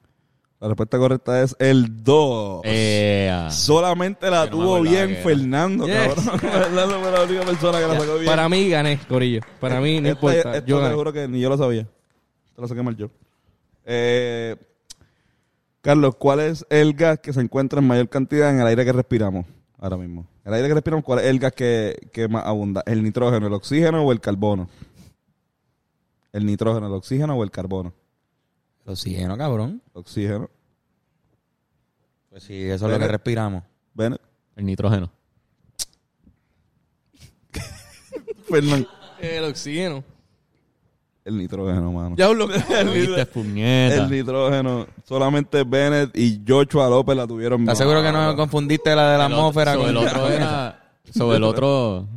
Speaker 5: La respuesta correcta es el 2.
Speaker 1: Eh, ah.
Speaker 5: Solamente la
Speaker 1: Yo no me
Speaker 5: tuvo
Speaker 1: acordaba
Speaker 5: bien
Speaker 1: que era.
Speaker 5: Fernando,
Speaker 4: Yes.
Speaker 5: cabrón. Fernando fue la única persona que la sacó bien.
Speaker 4: Para mí gané, Corillo. Para mí
Speaker 5: Esta-
Speaker 4: no importa.
Speaker 5: esta
Speaker 4: yo
Speaker 5: te
Speaker 4: gané.
Speaker 5: juro que ni yo lo sabía. Te lo saqué mal yo. Eh, Carlos, ¿cuál es el gas que se encuentra en mayor cantidad en el aire que respiramos ahora mismo? El aire que respiramos, ¿cuál es el gas que, que más abunda? ¿El nitrógeno, el oxígeno o el carbono? ¿El nitrógeno, el oxígeno o el carbono?
Speaker 6: El oxígeno, cabrón.
Speaker 5: Oxígeno.
Speaker 6: Pues sí, eso es lo que
Speaker 5: Pero-
Speaker 6: respiramos.
Speaker 5: Ven,
Speaker 1: El nitrógeno.
Speaker 5: Fernán.
Speaker 4: El oxígeno.
Speaker 5: El nitrógeno, mano.
Speaker 4: Ya hablo.
Speaker 1: Lo viste, puñeta.
Speaker 5: El nitrógeno. Solamente Bennett y Joshua López la tuvieron
Speaker 6: ¿Estás seguro que no confundiste la de la
Speaker 1: El otro-
Speaker 6: atmósfera
Speaker 1: sobre
Speaker 6: con
Speaker 1: el otro era. Sobre el otro.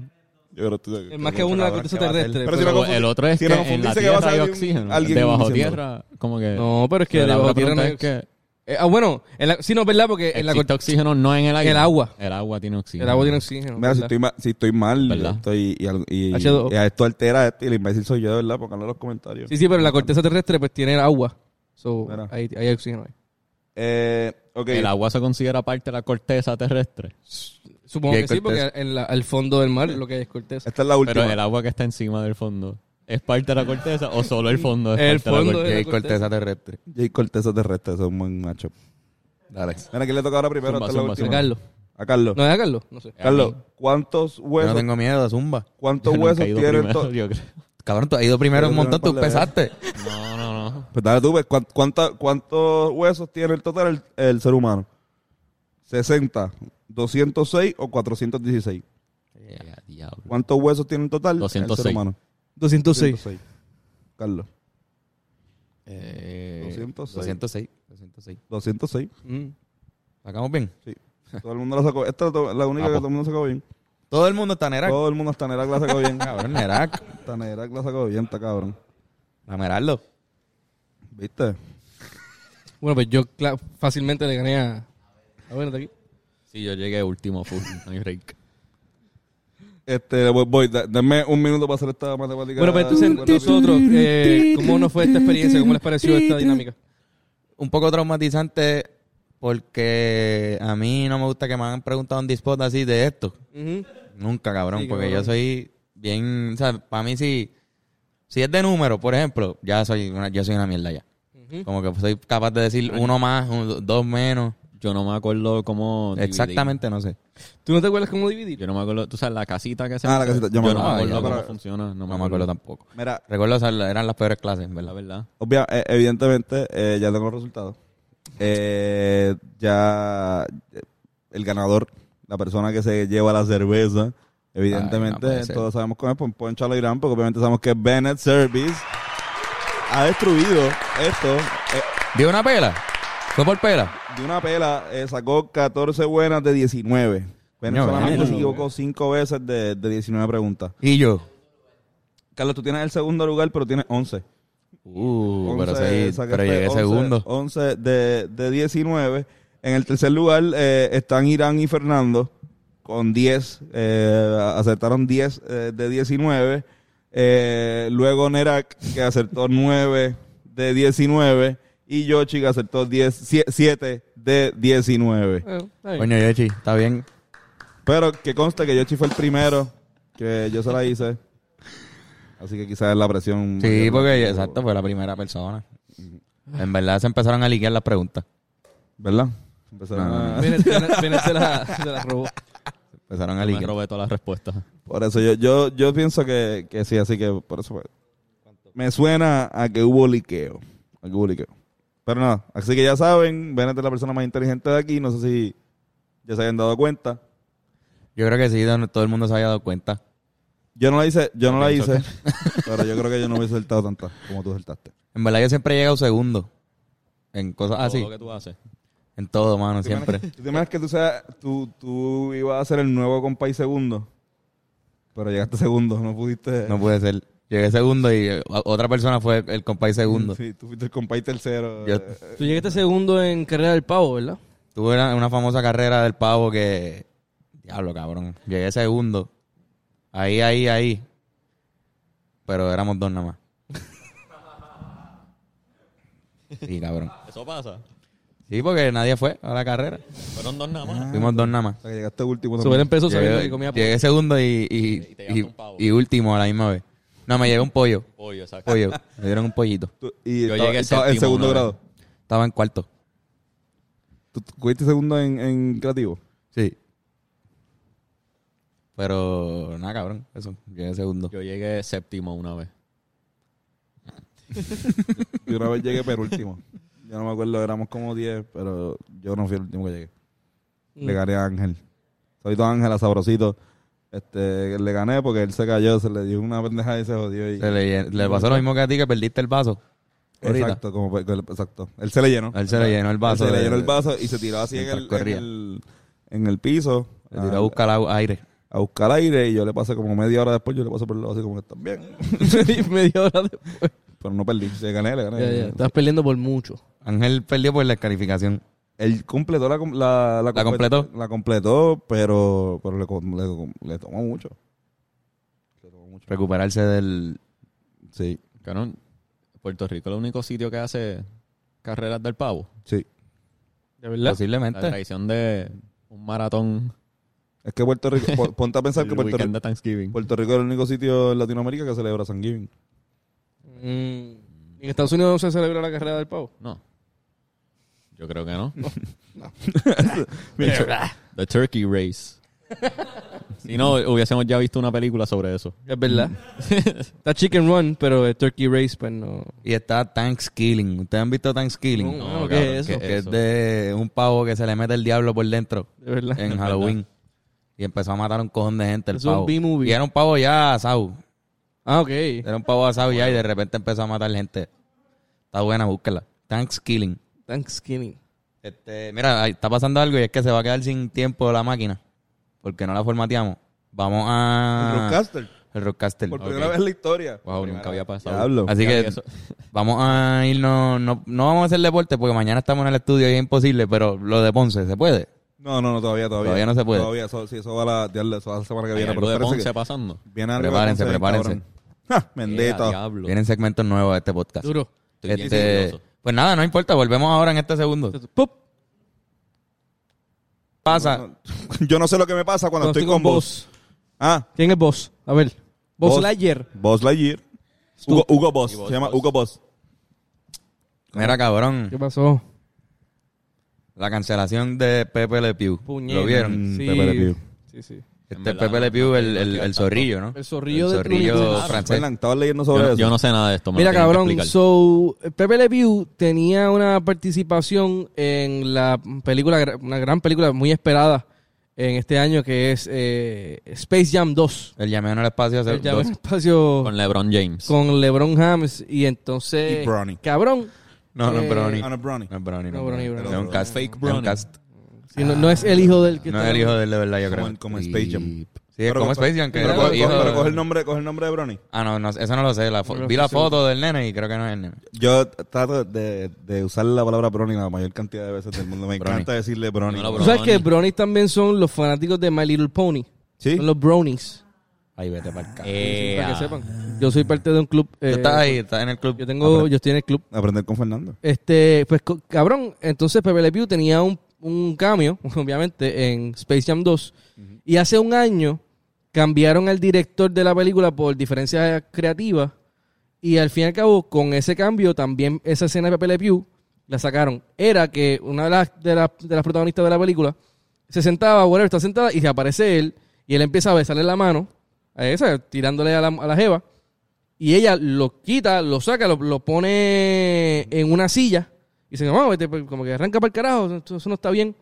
Speaker 5: Yo creo que estoy-
Speaker 4: El más que uno de la cosa
Speaker 6: Cabrón, ¿qué va a
Speaker 4: terrestre.
Speaker 5: hacer? Pero si
Speaker 4: pero-
Speaker 5: no
Speaker 1: Pero el otro es
Speaker 5: si
Speaker 1: que
Speaker 5: no
Speaker 1: en la
Speaker 5: confundiste que va a
Speaker 1: tierra hay
Speaker 5: salir un-
Speaker 1: oxígeno.
Speaker 5: alguien
Speaker 1: Debajo
Speaker 5: diciéndolo.
Speaker 1: tierra, como que.
Speaker 4: No, pero es que
Speaker 1: Pero la
Speaker 4: debajo
Speaker 1: otra
Speaker 4: tierra no hay
Speaker 1: pregunta es
Speaker 4: oxi- Eh, ah, bueno, en la- sí, no, ¿verdad? Porque en la
Speaker 1: Existe oxígeno no en el aire.
Speaker 4: El agua.
Speaker 1: El agua tiene oxígeno.
Speaker 4: El agua tiene oxígeno.
Speaker 5: Mira, si
Speaker 4: ¿verdad?
Speaker 5: estoy, mal, si estoy mal,
Speaker 1: ¿Verdad?
Speaker 5: estoy, y, al- y,
Speaker 4: H2O.
Speaker 5: y a esto altera esto, y el imbécil soy yo, de ¿verdad? Porque no los comentarios.
Speaker 4: Sí, sí, pero la corteza terrestre pues tiene el agua. So,
Speaker 5: Mira.
Speaker 4: ahí, ahí hay oxígeno. ahí.
Speaker 5: Eh, ok.
Speaker 1: El agua se considera parte de la corteza terrestre.
Speaker 4: Supongo
Speaker 6: Y
Speaker 4: que
Speaker 6: hay
Speaker 4: sí, porque en la- al fondo del mar lo que hay es corteza.
Speaker 5: Esta es la última.
Speaker 1: Pero el agua que está encima del fondo. ¿Es parte de la corteza o solo el fondo? Es
Speaker 4: El
Speaker 1: parte de la
Speaker 4: fondo
Speaker 1: corteza?
Speaker 6: Y hay
Speaker 4: la corteza.
Speaker 6: corteza terrestre.
Speaker 5: Jay Cortés es terrestre, eso es un buen macho.
Speaker 6: Dale.
Speaker 5: Mira, ¿quién le toca ahora primero?
Speaker 1: Zumba,
Speaker 5: Esta es la
Speaker 1: zumba,
Speaker 5: última.
Speaker 4: A Carlos.
Speaker 5: A Carlos.
Speaker 4: ¿No es a Carlos? No sé.
Speaker 5: Carlos, ¿cuántos
Speaker 6: Yo no
Speaker 5: huesos,
Speaker 6: tengo miedo, zumba.
Speaker 5: cuántos
Speaker 1: Yo nunca he
Speaker 5: huesos
Speaker 1: ido
Speaker 5: tiene el
Speaker 1: primero,
Speaker 5: to-
Speaker 1: yo creo.
Speaker 6: Cabrón, tú has ido primero
Speaker 5: Yo
Speaker 6: un
Speaker 5: creo que
Speaker 6: montón,
Speaker 5: no
Speaker 6: tú
Speaker 5: me acuerdo
Speaker 6: empezaste.
Speaker 1: No, no, no.
Speaker 5: Pues dale tú, ves, ¿cuán- cuánta- ¿cuántos huesos tiene el total el, el ser humano? ¿60, 206 o 416?
Speaker 1: Ya, Eh, diablo.
Speaker 5: ¿Cuántos huesos tiene en total el
Speaker 1: 206.
Speaker 5: ser humano?
Speaker 4: 206.
Speaker 5: Carlos,
Speaker 6: Eh,
Speaker 5: 206.
Speaker 6: 206. 206.
Speaker 5: 206.
Speaker 4: Mm.
Speaker 6: ¿Sacamos bien?
Speaker 5: Todo el mundo la sacó. Esta es to- la
Speaker 4: Ah,
Speaker 5: única que
Speaker 4: pues.
Speaker 5: todo el mundo sacó bien.
Speaker 6: Todo el mundo está en Erac.
Speaker 5: Todo el mundo hasta Nerak la sacó bien.
Speaker 6: Cabrón, Erac.
Speaker 5: Tanera la sacó bien, está cabrón.
Speaker 6: A Meraldo.
Speaker 5: ¿Viste?
Speaker 4: Bueno, pues yo cla- fácilmente le gané a... A ver, de aquí.
Speaker 1: Sí, yo llegué último. full, No hay break.
Speaker 5: Este, voy, voy, da- denme un minuto para hacer esta matemática.
Speaker 4: Bueno, pues entonces nosotros, eh, ¿cómo nos fue esta experiencia? ¿Cómo les pareció esta dinámica?
Speaker 6: Un poco traumatizante porque a mí no me gusta que me han preguntado en Dispot así de esto.
Speaker 4: Ujú.
Speaker 6: Nunca, cabrón,
Speaker 4: Sí,
Speaker 6: porque
Speaker 4: cabrón.
Speaker 6: yo soy bien, o sea, para mí si, si es de número, por ejemplo, ya soy una, yo soy una mierda ya.
Speaker 4: Ujú.
Speaker 6: Como que soy capaz de decir uno más, un- dos menos,
Speaker 1: Yo no me acuerdo cómo. dividir.
Speaker 6: exactamente no sé.
Speaker 4: ¿Tú no te acuerdas cómo dividir?
Speaker 1: Yo no me acuerdo. Tú sabes, la casita que se.
Speaker 5: Ah, la
Speaker 1: hace.
Speaker 5: casita, yo me
Speaker 1: no me
Speaker 6: acuerdo.
Speaker 1: acuerdo
Speaker 6: Ah, ya.
Speaker 1: cómo funciona. No
Speaker 6: No,
Speaker 1: me
Speaker 6: me acuerdo
Speaker 1: acuerdo
Speaker 6: tampoco.
Speaker 5: Mira,
Speaker 6: Recuerdo, o sea, eran las peores clases, en
Speaker 1: La
Speaker 6: ¿verdad?
Speaker 1: verdad.
Speaker 5: obvia- eh, evidentemente eh, ya tengo los resultados. Eh, ya eh, el ganador, la persona que se lleva la cerveza, evidentemente
Speaker 6: Ay, no puede ser.
Speaker 5: todos sabemos cómo es, pues Poncho lo dirán, porque obviamente sabemos que Bennett Service ha destruido esto. eh,
Speaker 7: ¿Dio una pela? ¿Fue por pela?
Speaker 5: De una pela eh, sacó 14 buenas de 19. Bueno,
Speaker 7: Coño,
Speaker 5: solamente
Speaker 7: bueno.
Speaker 5: se equivocó 5 veces de, de 19 preguntas.
Speaker 7: ¿Y yo?
Speaker 5: Carlos, tú tienes el segundo lugar, pero tienes 11.
Speaker 7: Uh,
Speaker 5: 11
Speaker 7: pero, sí,
Speaker 5: sacaste
Speaker 7: pero llegué
Speaker 5: 11,
Speaker 7: segundo.
Speaker 5: 11 de, de 19. En el tercer lugar eh, están Irán y Fernando con 10. eh, acertaron 10 eh, de 19. Eh, luego Nerak, que acertó 9 de 19. Y Yoshi, que acertó 10, 7 de 19.
Speaker 4: Eh, está bien.
Speaker 6: Coño, Yoshi, está bien.
Speaker 5: Pero que conste que Yoshi fue el primero que yo se la hice. Así que quizás es la presión.
Speaker 6: Sí,
Speaker 5: mayor.
Speaker 6: porque exacto, fue la primera persona. En verdad se empezaron a liquear las preguntas.
Speaker 5: ¿Verdad? Empezaron a-
Speaker 4: Bennett- Bennett- Bennett se la, se la robó.
Speaker 6: Empezaron a
Speaker 1: Me
Speaker 6: liquear.
Speaker 1: robé todas las respuestas.
Speaker 5: Por eso yo, yo, yo pienso que, que sí, así que por eso fue. Me suena a que hubo liqueo. A que hubo liqueo. Pero nada, así que ya saben, Bennett es la persona más inteligente de aquí. No sé si ya se hayan dado cuenta.
Speaker 6: Yo creo que sí, don- todo el mundo se había dado cuenta.
Speaker 5: Yo no la hice, yo no la
Speaker 7: Ok,
Speaker 5: hice. Pero yo creo que yo no hubiese saltado tantas como tú saltaste.
Speaker 6: En verdad yo siempre he llegado segundo. En cosas
Speaker 1: Todo
Speaker 6: así.
Speaker 1: lo que tú haces.
Speaker 6: En todo, mano,
Speaker 5: ¿Tú te
Speaker 6: siempre.
Speaker 5: imaginas- ¿Tú te imaginas que tú, seas, tú, tú ibas a ser el nuevo compa y segundo? Pero llegaste segundo, no pudiste.
Speaker 6: No puede ser. Llegué segundo y eh, otra persona fue el compay segundo.
Speaker 5: Sí, tú fuiste el compa y tercero.
Speaker 6: Yo-
Speaker 5: Eh,
Speaker 4: Tú llegaste segundo en carrera del pavo, ¿verdad?
Speaker 6: Tuve una, una famosa carrera del pavo que. Diablo, cabrón. Llegué segundo. Ahí, ahí, ahí. Pero éramos dos nada más. Sí, cabrón.
Speaker 1: Eso pasa.
Speaker 6: Sí, porque nadie fue a la carrera.
Speaker 1: Fueron dos nada más.
Speaker 6: Fuimos dos nada más.
Speaker 5: o sea, que llegaste último.
Speaker 4: Su él
Speaker 5: también.
Speaker 4: empezó sabiendo
Speaker 6: Llegué,
Speaker 4: que comía
Speaker 6: llegué segundo y, y,
Speaker 1: Y te
Speaker 6: y-
Speaker 1: llevaste un pavo.
Speaker 6: y último a la misma vez. No, me llevé un pollo.
Speaker 1: Pollo, exacto.
Speaker 6: Pollo. Me dieron un pollito.
Speaker 5: Tú- y
Speaker 1: Yo
Speaker 5: estaba-
Speaker 1: llegué
Speaker 5: estaba en
Speaker 1: séptimo una
Speaker 5: segundo
Speaker 1: vez.
Speaker 5: grado.
Speaker 6: Estaba en cuarto.
Speaker 5: ¿Tú tú cogiste segundo en, en creativo?
Speaker 6: Sí. Pero nada, cabrón. Eso. Llegué segundo.
Speaker 1: Yo llegué séptimo una vez.
Speaker 5: Yo una vez llegué penúltimo. Yo no me acuerdo, éramos como 10, pero yo no fui el último que llegué.
Speaker 6: Mm.
Speaker 5: Le gané a Ángel. Saludito a Ángel, a Sabrosito. Este, le gané porque él se cayó, se le dio una pendeja y se jodió. Y,
Speaker 6: Se le, llen- le pasó lo mismo que a ti, que perdiste el vaso. ahorita.
Speaker 5: exacto, como, fue- exacto. Él se le llenó.
Speaker 6: A él se le llenó el vaso.
Speaker 5: Él se le
Speaker 6: de-
Speaker 5: llenó el vaso y se tiró así en
Speaker 6: mientras
Speaker 5: el, Ah. en
Speaker 6: corría.
Speaker 5: el, en el piso.
Speaker 6: Se tiró a
Speaker 5: a-
Speaker 6: buscar agua- aire.
Speaker 5: a buscar aire y yo le pasé como media hora después, yo le pasé por el lado así como que también.
Speaker 4: Y media hora después.
Speaker 5: Pero no perdí, se gané, le gané.
Speaker 4: Ya, ya, Estás perdiendo por mucho.
Speaker 6: Ángel perdió por la descalificación.
Speaker 5: Él completó la, com- la,
Speaker 6: ¿La completó?
Speaker 5: La completó, pero, pero le, com- le, com- le tomó mucho.
Speaker 6: Recuperarse del.
Speaker 5: Sí,
Speaker 1: Cabrón, Puerto Rico es el único sitio que hace carreras del pavo.
Speaker 5: sí.
Speaker 4: ¿De verdad?
Speaker 1: La
Speaker 6: Posiblemente.
Speaker 1: tradición de un maratón
Speaker 5: Es que Puerto Rico, po- ponte a pensar
Speaker 1: el
Speaker 5: que Puerto,
Speaker 1: weekend
Speaker 5: Rico
Speaker 1: de Thanksgiving.
Speaker 5: Puerto Rico es el único sitio en Latinoamérica que celebra San Giving.
Speaker 4: Mm. ¿En Estados Unidos no se celebra la carrera del pavo?
Speaker 1: No. Yo creo que no.
Speaker 5: Mira,
Speaker 1: The Turkey Race. si no, hubiésemos ya visto una película sobre eso.
Speaker 4: Es verdad. Mm. Está Chicken Run, pero el Turkey Race, pues no.
Speaker 6: Y está Thanksgiving. ¿Ustedes han visto Thanksgiving?
Speaker 4: No,
Speaker 1: No,
Speaker 4: ¿qué
Speaker 1: cabrón,
Speaker 4: es
Speaker 1: ¿qué
Speaker 4: eso?
Speaker 6: que es
Speaker 1: eso?
Speaker 6: de un pavo que se le mete el diablo por dentro
Speaker 4: De verdad.
Speaker 6: en Halloween. Y empezó a matar a un cojón de gente el
Speaker 4: Es un
Speaker 6: pavo.
Speaker 4: B-movie.
Speaker 6: Y era un pavo ya asado.
Speaker 4: Ah, ok.
Speaker 6: Era un pavo asado ya y de repente empezó a matar gente. Está buena, búscala. Thanksgiving.
Speaker 4: Thanksgiving.
Speaker 6: Este, mira, ahí está pasando algo y es que se va a quedar sin tiempo la máquina. Porque no la formateamos. Vamos a...
Speaker 5: el Rockcaster,
Speaker 6: El Rockcaster.
Speaker 5: por
Speaker 6: Ah. Ok.
Speaker 5: primera vez en la historia.
Speaker 1: Wow, nunca había pasado.
Speaker 5: Diablo.
Speaker 6: Así
Speaker 1: Ya,
Speaker 6: que
Speaker 1: y eso-
Speaker 6: vamos a irnos... No, no vamos a hacer deporte porque mañana estamos en el estudio y es imposible, pero lo de Ponce, ¿se puede?
Speaker 5: No, no, no, todavía, todavía.
Speaker 6: Todavía no se puede.
Speaker 5: Todavía, eso, sí, eso va la, diablo, eso va la semana que
Speaker 1: Hay
Speaker 5: viene.
Speaker 1: algo de
Speaker 5: parece
Speaker 1: Ponce
Speaker 5: que
Speaker 1: pasando.
Speaker 5: viene algo de
Speaker 6: Prepárense,
Speaker 5: Ponce,
Speaker 6: prepárense.
Speaker 5: cabrón. Ja,
Speaker 1: Eh,
Speaker 5: Mendeta.
Speaker 1: diablo.
Speaker 6: Vienen segmentos nuevos de este podcast.
Speaker 4: Duro.
Speaker 1: Estoy bien
Speaker 6: Este,
Speaker 1: nervioso.
Speaker 6: pues nada, no importa, volvemos ahora en este segundo.
Speaker 4: ¡Pup!
Speaker 6: Pasa,
Speaker 5: Yo no sé lo que me pasa cuando, estoy, con vos. Ah,
Speaker 4: ¿Quién es vos? A ver. Vos
Speaker 5: Buzz.
Speaker 4: Lightyear.
Speaker 5: Buzz Lightyear. Hugo, Hugo Boss. Se llama Hugo Boss.
Speaker 6: mira cabrón,
Speaker 4: ¿Qué pasó?
Speaker 6: la cancelación de Pepe Le Pew.
Speaker 4: Puñeta.
Speaker 6: ¿Lo vieron?
Speaker 4: Sí.
Speaker 5: Pepe Le Pew.
Speaker 4: Sí, sí.
Speaker 1: En
Speaker 6: Este
Speaker 1: verdad,
Speaker 6: Pepe Le
Speaker 1: no,
Speaker 6: Pew,
Speaker 1: no,
Speaker 6: el,
Speaker 1: no
Speaker 6: el,
Speaker 1: quiero
Speaker 6: el
Speaker 1: tanto.
Speaker 6: zorrillo, ¿no?
Speaker 4: El zorrillo
Speaker 6: El
Speaker 4: de
Speaker 6: zorrillo
Speaker 4: Cluny Tunes.
Speaker 6: francés.
Speaker 5: Fernan, estabas pues, leyendo sobre
Speaker 1: Yo,
Speaker 5: eso.
Speaker 1: yo no sé nada de esto. me lo
Speaker 4: Mira,
Speaker 1: tienen que
Speaker 4: cabrón,
Speaker 1: explicar.
Speaker 4: so, eh, Pepe Le Pew tenía una participación en la película, una gran película muy esperada en este año que es eh, Space Jam 2.
Speaker 6: El llameo en el espacio hace
Speaker 4: El llamado
Speaker 6: dos-
Speaker 4: espacio
Speaker 1: Con LeBron James.
Speaker 4: con LeBron James y entonces...
Speaker 5: Y Bronny.
Speaker 4: Cabrón,
Speaker 6: No, no es
Speaker 4: Eh,
Speaker 6: brownie.
Speaker 5: Ah, no, Brownie.
Speaker 6: No es brownie.
Speaker 4: No, brownie, brownie.
Speaker 6: Es un cast.
Speaker 1: Fake
Speaker 6: Es un
Speaker 1: brownie.
Speaker 6: cast.
Speaker 4: Sí, no, no es el hijo del que
Speaker 6: No es
Speaker 4: está-
Speaker 6: el hijo de él, de verdad, yo
Speaker 5: Como
Speaker 6: creo.
Speaker 5: en- como en Space Jam.
Speaker 6: Y- Sí, es
Speaker 5: Pero
Speaker 6: como
Speaker 5: coge-
Speaker 6: Space Jam. Que
Speaker 5: Pero,
Speaker 6: el
Speaker 5: coge-
Speaker 6: hijo-
Speaker 5: pero coge el nombre, coge el nombre de Brownie.
Speaker 6: Ah, no, no, eso no lo sé. La fo-
Speaker 4: No lo
Speaker 6: vi la
Speaker 4: sé seguro.
Speaker 6: foto del nene y creo que no es el nene.
Speaker 5: Yo trato de, de usar la palabra Brownie la mayor cantidad de veces del mundo. Me
Speaker 6: Brownie.
Speaker 5: encanta decirle Brownie.
Speaker 1: No,
Speaker 4: ¿Tú sabes que bronies también son los fanáticos de My Little Pony?
Speaker 5: ¿Sí?
Speaker 4: Son los bronies.
Speaker 6: Ahí vete para el carajo.
Speaker 1: Eh,
Speaker 4: Para
Speaker 1: ah,
Speaker 4: que sepan. Yo soy parte de un club. eh,
Speaker 6: Eh, ah. Tú estás ahí, Ah, estás en el club.
Speaker 4: Yo tengo, yo estoy en el club.
Speaker 5: Aprender con Fernando.
Speaker 4: Este, pues co- cabrón, entonces Pepe Le Pew tenía un, un cambio, obviamente, en Space Jam 2. Y hace un año cambiaron al director de la película por diferencias creativas. Y al fin y al cabo, con ese cambio, también esa escena de Pepe Le Pew la sacaron. Era que una de las, de las, de las protagonistas de la película se sentaba, whatever, está sentada y se aparece él. Y él empieza a besarle la mano, a esa, tirándole a la, a la jeva. Y ella lo quita, lo saca, lo, lo pone en una silla. Y dice, vamos, vete, pues, como que arranca para el carajo, eso, eso no está bien.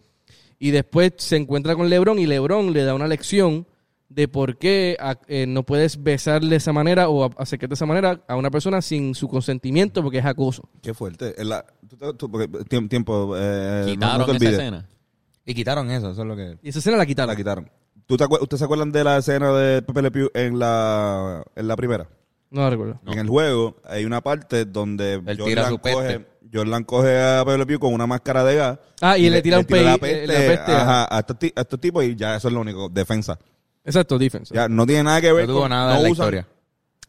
Speaker 4: Y después se encuentra con Lebron y Lebron le da una lección de por qué a- eh, no puedes besar de esa manera o a- acercarte de esa manera a una persona sin su consentimiento porque es acoso.
Speaker 5: Qué fuerte. En la- tú te- tú- porque- tiempo, tiempo, eh, no, no te
Speaker 1: Quitaron esa
Speaker 5: olvides.
Speaker 1: escena.
Speaker 6: Y quitaron eso, eso es lo que.
Speaker 4: Y esa escena la quitaron.
Speaker 5: La quitaron. ¿Tú te acuer- ¿Ustedes se acuerdan de la escena de Pepe Le Pew en la, en la primera?
Speaker 4: No la recuerdo.
Speaker 5: En el juego hay una parte donde
Speaker 6: Él tira su peste.
Speaker 5: coge, Jordan coge a Pepe Le Pew con una máscara de gas.
Speaker 4: Ah, y le tira un pe-
Speaker 5: la
Speaker 4: eh,
Speaker 5: peste,
Speaker 4: la peste.
Speaker 5: ajá, a, estos ti- a estos tipos y ya eso es lo único, defensa.
Speaker 4: Exacto, defense.
Speaker 5: Ya no tiene nada que
Speaker 6: No
Speaker 5: ver
Speaker 6: tuvo
Speaker 5: con-
Speaker 6: nada
Speaker 5: no
Speaker 6: en la
Speaker 5: usan-
Speaker 6: historia.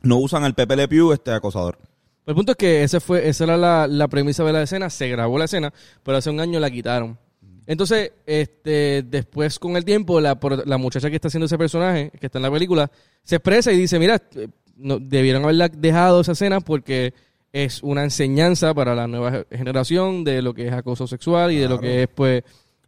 Speaker 5: No usan al Pepe Le Pew este acosador.
Speaker 4: El punto es que ese fue, esa era la, la premisa de la escena, se grabó la escena, pero hace un año la quitaron. Entonces, este, después con el tiempo, la, pro- la muchacha que está haciendo ese personaje, que está en la película, se expresa y dice, mira, eh, no, debieron haberla dejado esa escena porque es una enseñanza para la nueva ge- generación de lo que es acoso sexual y de lo que es, pues,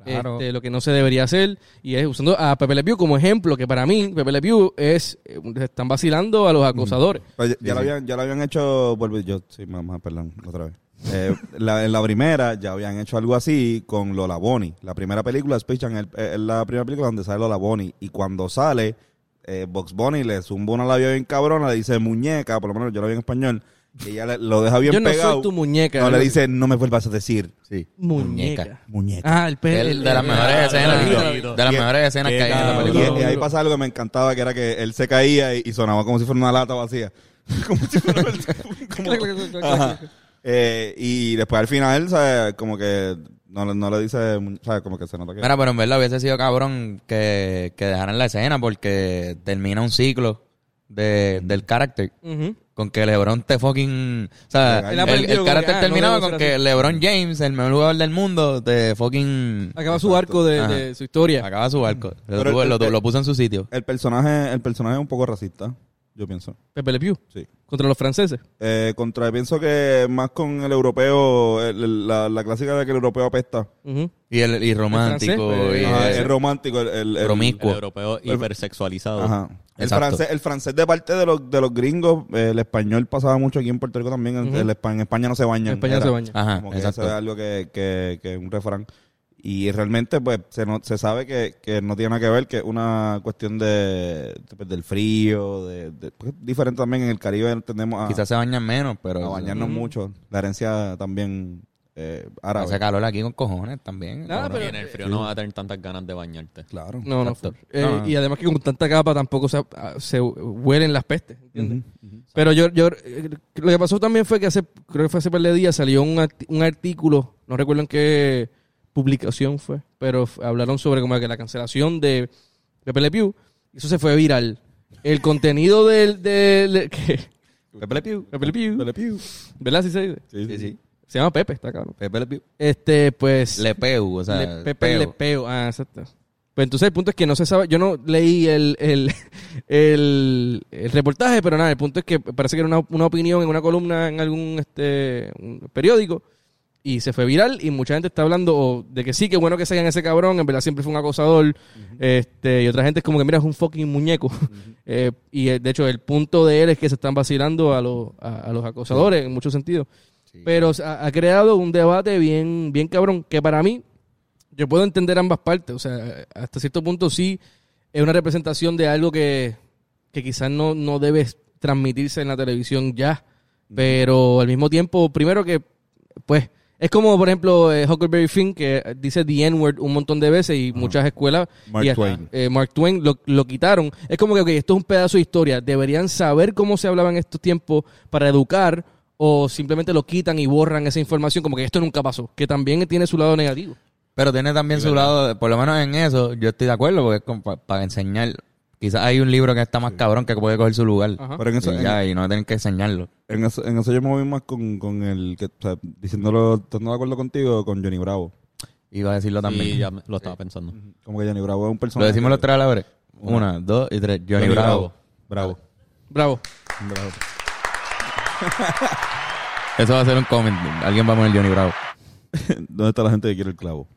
Speaker 6: Claro.
Speaker 4: este, lo que no se debería hacer. Y es usando a Pepe Le Pew como ejemplo, que para mí, Pepe Le Pew es, eh, están vacilando a los acosadores.
Speaker 5: Pero Pues ya, ya lo habían, ya lo habían hecho, vuelvo- yo, sí, mamá, perdón, otra vez. Eh, la- en la primera ya habían hecho algo así con Lola Bonnie. La primera película, Space Jam, el- eh, es la primera película donde sale Lola Bonnie. Y cuando sale, eh, Box Bunny le zumba una labia bien cabrona, le dice muñeca, por lo menos yo lo vi en español. Y ella le- lo deja bien
Speaker 4: Yo no
Speaker 5: pegado.
Speaker 4: soy tu muñeca.
Speaker 5: No, le
Speaker 4: ¿verdad?
Speaker 5: dice, no me vuelvas a decir
Speaker 6: Sí.
Speaker 4: Muñeca.
Speaker 5: muñeca.
Speaker 4: Ah, el pez.
Speaker 6: de, de las mejores escenas. De las
Speaker 5: Qué-
Speaker 6: mejores escenas que hay en esa
Speaker 5: Eh,
Speaker 4: Ah,
Speaker 5: Y-
Speaker 6: película.
Speaker 5: y, ahí pasa algo que me encantaba, que era que él se caía y, y sonaba como si fuera una lata vacía. como si fuera como- Ajá. Eh, y después al final, ¿sabes? Como que no, le- no le dice, ¿sabes? Como que se nota que...
Speaker 6: Mira, pero en verdad hubiese sido cabrón que, que dejaran la escena porque termina un ciclo de, del carácter.
Speaker 4: Ujú.
Speaker 6: Con que LeBron te fucking. O sea,
Speaker 5: Él
Speaker 6: el,
Speaker 4: aprendió
Speaker 6: el
Speaker 4: como que,
Speaker 6: carácter
Speaker 4: ah,
Speaker 6: terminaba
Speaker 4: no debo
Speaker 6: con
Speaker 4: ser
Speaker 6: que LeBron James, el mejor jugador del mundo, te fucking.
Speaker 4: Acaba su arco de,
Speaker 6: Ajá.
Speaker 4: de su historia.
Speaker 6: Acaba su arco. Lo,
Speaker 5: Pero este
Speaker 6: tuvo-
Speaker 5: el-
Speaker 6: lo,
Speaker 5: el-
Speaker 6: lo puso en su sitio.
Speaker 5: El personaje, el personaje es un poco racista, yo pienso.
Speaker 4: Pepe Le Pew.
Speaker 5: Sí.
Speaker 4: Contra los franceses.
Speaker 5: Eh, contra, pienso que más con el europeo, el- el- la, la clásica de que el europeo apesta.
Speaker 4: Ujú.
Speaker 6: Y, el, y romántico.
Speaker 4: francés, pues,
Speaker 6: y
Speaker 5: Ajá,
Speaker 6: el-
Speaker 5: es romántico, el... el, el-
Speaker 1: El
Speaker 6: eh. promiscuo.
Speaker 1: europeo hipersexualizado.
Speaker 5: Ajá. El
Speaker 6: Exacto.
Speaker 5: francés, el francés de parte de los, de los gringos, eh, el español pasaba mucho aquí en Puerto Rico también. en-
Speaker 4: Ujú.
Speaker 5: el Espa- en España no se bañan.
Speaker 4: En España no
Speaker 5: era.
Speaker 4: se baña.
Speaker 6: Ajá,
Speaker 5: Como que
Speaker 6: exacto.
Speaker 5: eso es algo que, que, que es un refrán. Y realmente, pues, se, no- se sabe que, que no tiene nada que ver, que es una cuestión de, de- pues, del frío, de, de- pues, diferente también en el Caribe entendemos a,
Speaker 6: Quizás se bañan menos, pero.
Speaker 5: a bañarnos mucho. La herencia también eh, árabe.
Speaker 6: Hace calor aquí con cojones también.
Speaker 4: Nada,
Speaker 6: cabrón.
Speaker 1: Y en el frío no vas a tener tantas ganas de bañarte.
Speaker 5: Claro.
Speaker 4: No, no.
Speaker 6: Exacto.
Speaker 4: Eh,
Speaker 6: No, no.
Speaker 4: Y además que con tanta capa tampoco se, ah, se huelen las pestes. ¿entiendes? Pero yo, yo eh, lo que pasó también fue que hace, creo que fue hace par de días, salió un, arti- un artículo, no recuerdo en qué publicación fue, pero f- hablaron sobre como que la cancelación de Pepe Le Pew, y eso se fue viral. El contenido del... del ¿qué?
Speaker 6: Pepe Le Pew.
Speaker 4: Pepe Le Pew.
Speaker 6: Le Pew.
Speaker 4: ¿Verdad? Así se dice.
Speaker 6: Sí, sí.
Speaker 4: Se llama Pepe, está cabrón.
Speaker 6: Pepe Le Pew.
Speaker 4: Este, pues.
Speaker 6: Le Peu, o sea.
Speaker 4: Le- Pepe
Speaker 6: Peu.
Speaker 4: Le Peo. Ah, exacto. Pues entonces el punto es que no se sabe. Yo no leí el, el, el, el reportaje, pero nada, el punto es que parece que era una, una opinión en una columna en algún este un periódico. Y se fue viral y mucha gente está hablando o de que sí, que bueno que salgan ese cabrón, en verdad siempre fue un acosador. este Y otra gente es como que, mira, es un fucking muñeco. Eh, y eh, de hecho el punto de él es que se están vacilando a, los a, a los acosadores en muchos sentidos. Pero o sea, ha, creado un debate bien, bien cabrón, que para mí, yo puedo entender ambas partes. O sea, hasta cierto punto sí es una representación de algo que, que quizás no, no debe transmitirse en la televisión ya. Pero al mismo tiempo, primero que Pues es como, por ejemplo, eh, Huckleberry Finn, que dice The N-word un montón de veces y muchas escuelas.
Speaker 5: Mark
Speaker 4: y hasta,
Speaker 5: Twain.
Speaker 4: eh, Mark Twain lo, lo quitaron. Es como que, ok, esto es un pedazo de historia. Deberían saber cómo se hablaba en estos tiempos para educar o simplemente lo quitan y borran esa información, como que esto nunca pasó, que también tiene su lado negativo.
Speaker 6: Pero tiene también su lado, de- por lo menos en eso, yo estoy de acuerdo, porque es como pa- para enseñar. Quizás hay un libro que está más cabrón que puede coger su lugar.
Speaker 4: Ajá.
Speaker 5: Pero en e- eso-
Speaker 6: y, ya, y no tienen que enseñarlo.
Speaker 5: En eso, en eso yo me voy más con, con el que, o sea, diciéndolo, estando de acuerdo contigo, con Johnny Bravo.
Speaker 6: Iba a decirlo también.
Speaker 1: Sí, ya me- lo estaba pensando.
Speaker 5: Como que Johnny Bravo es un
Speaker 6: Lo
Speaker 5: personaje.
Speaker 6: decimos los tres a la vez. Una, dos y tres. Johnny, Bravo.
Speaker 5: Bravo.
Speaker 4: Bravo.
Speaker 5: Bravo.
Speaker 6: Eso va a ser un comment. Alguien va a poner Johnny Bravo.
Speaker 5: ¿Dónde está la gente que quiere el clavo?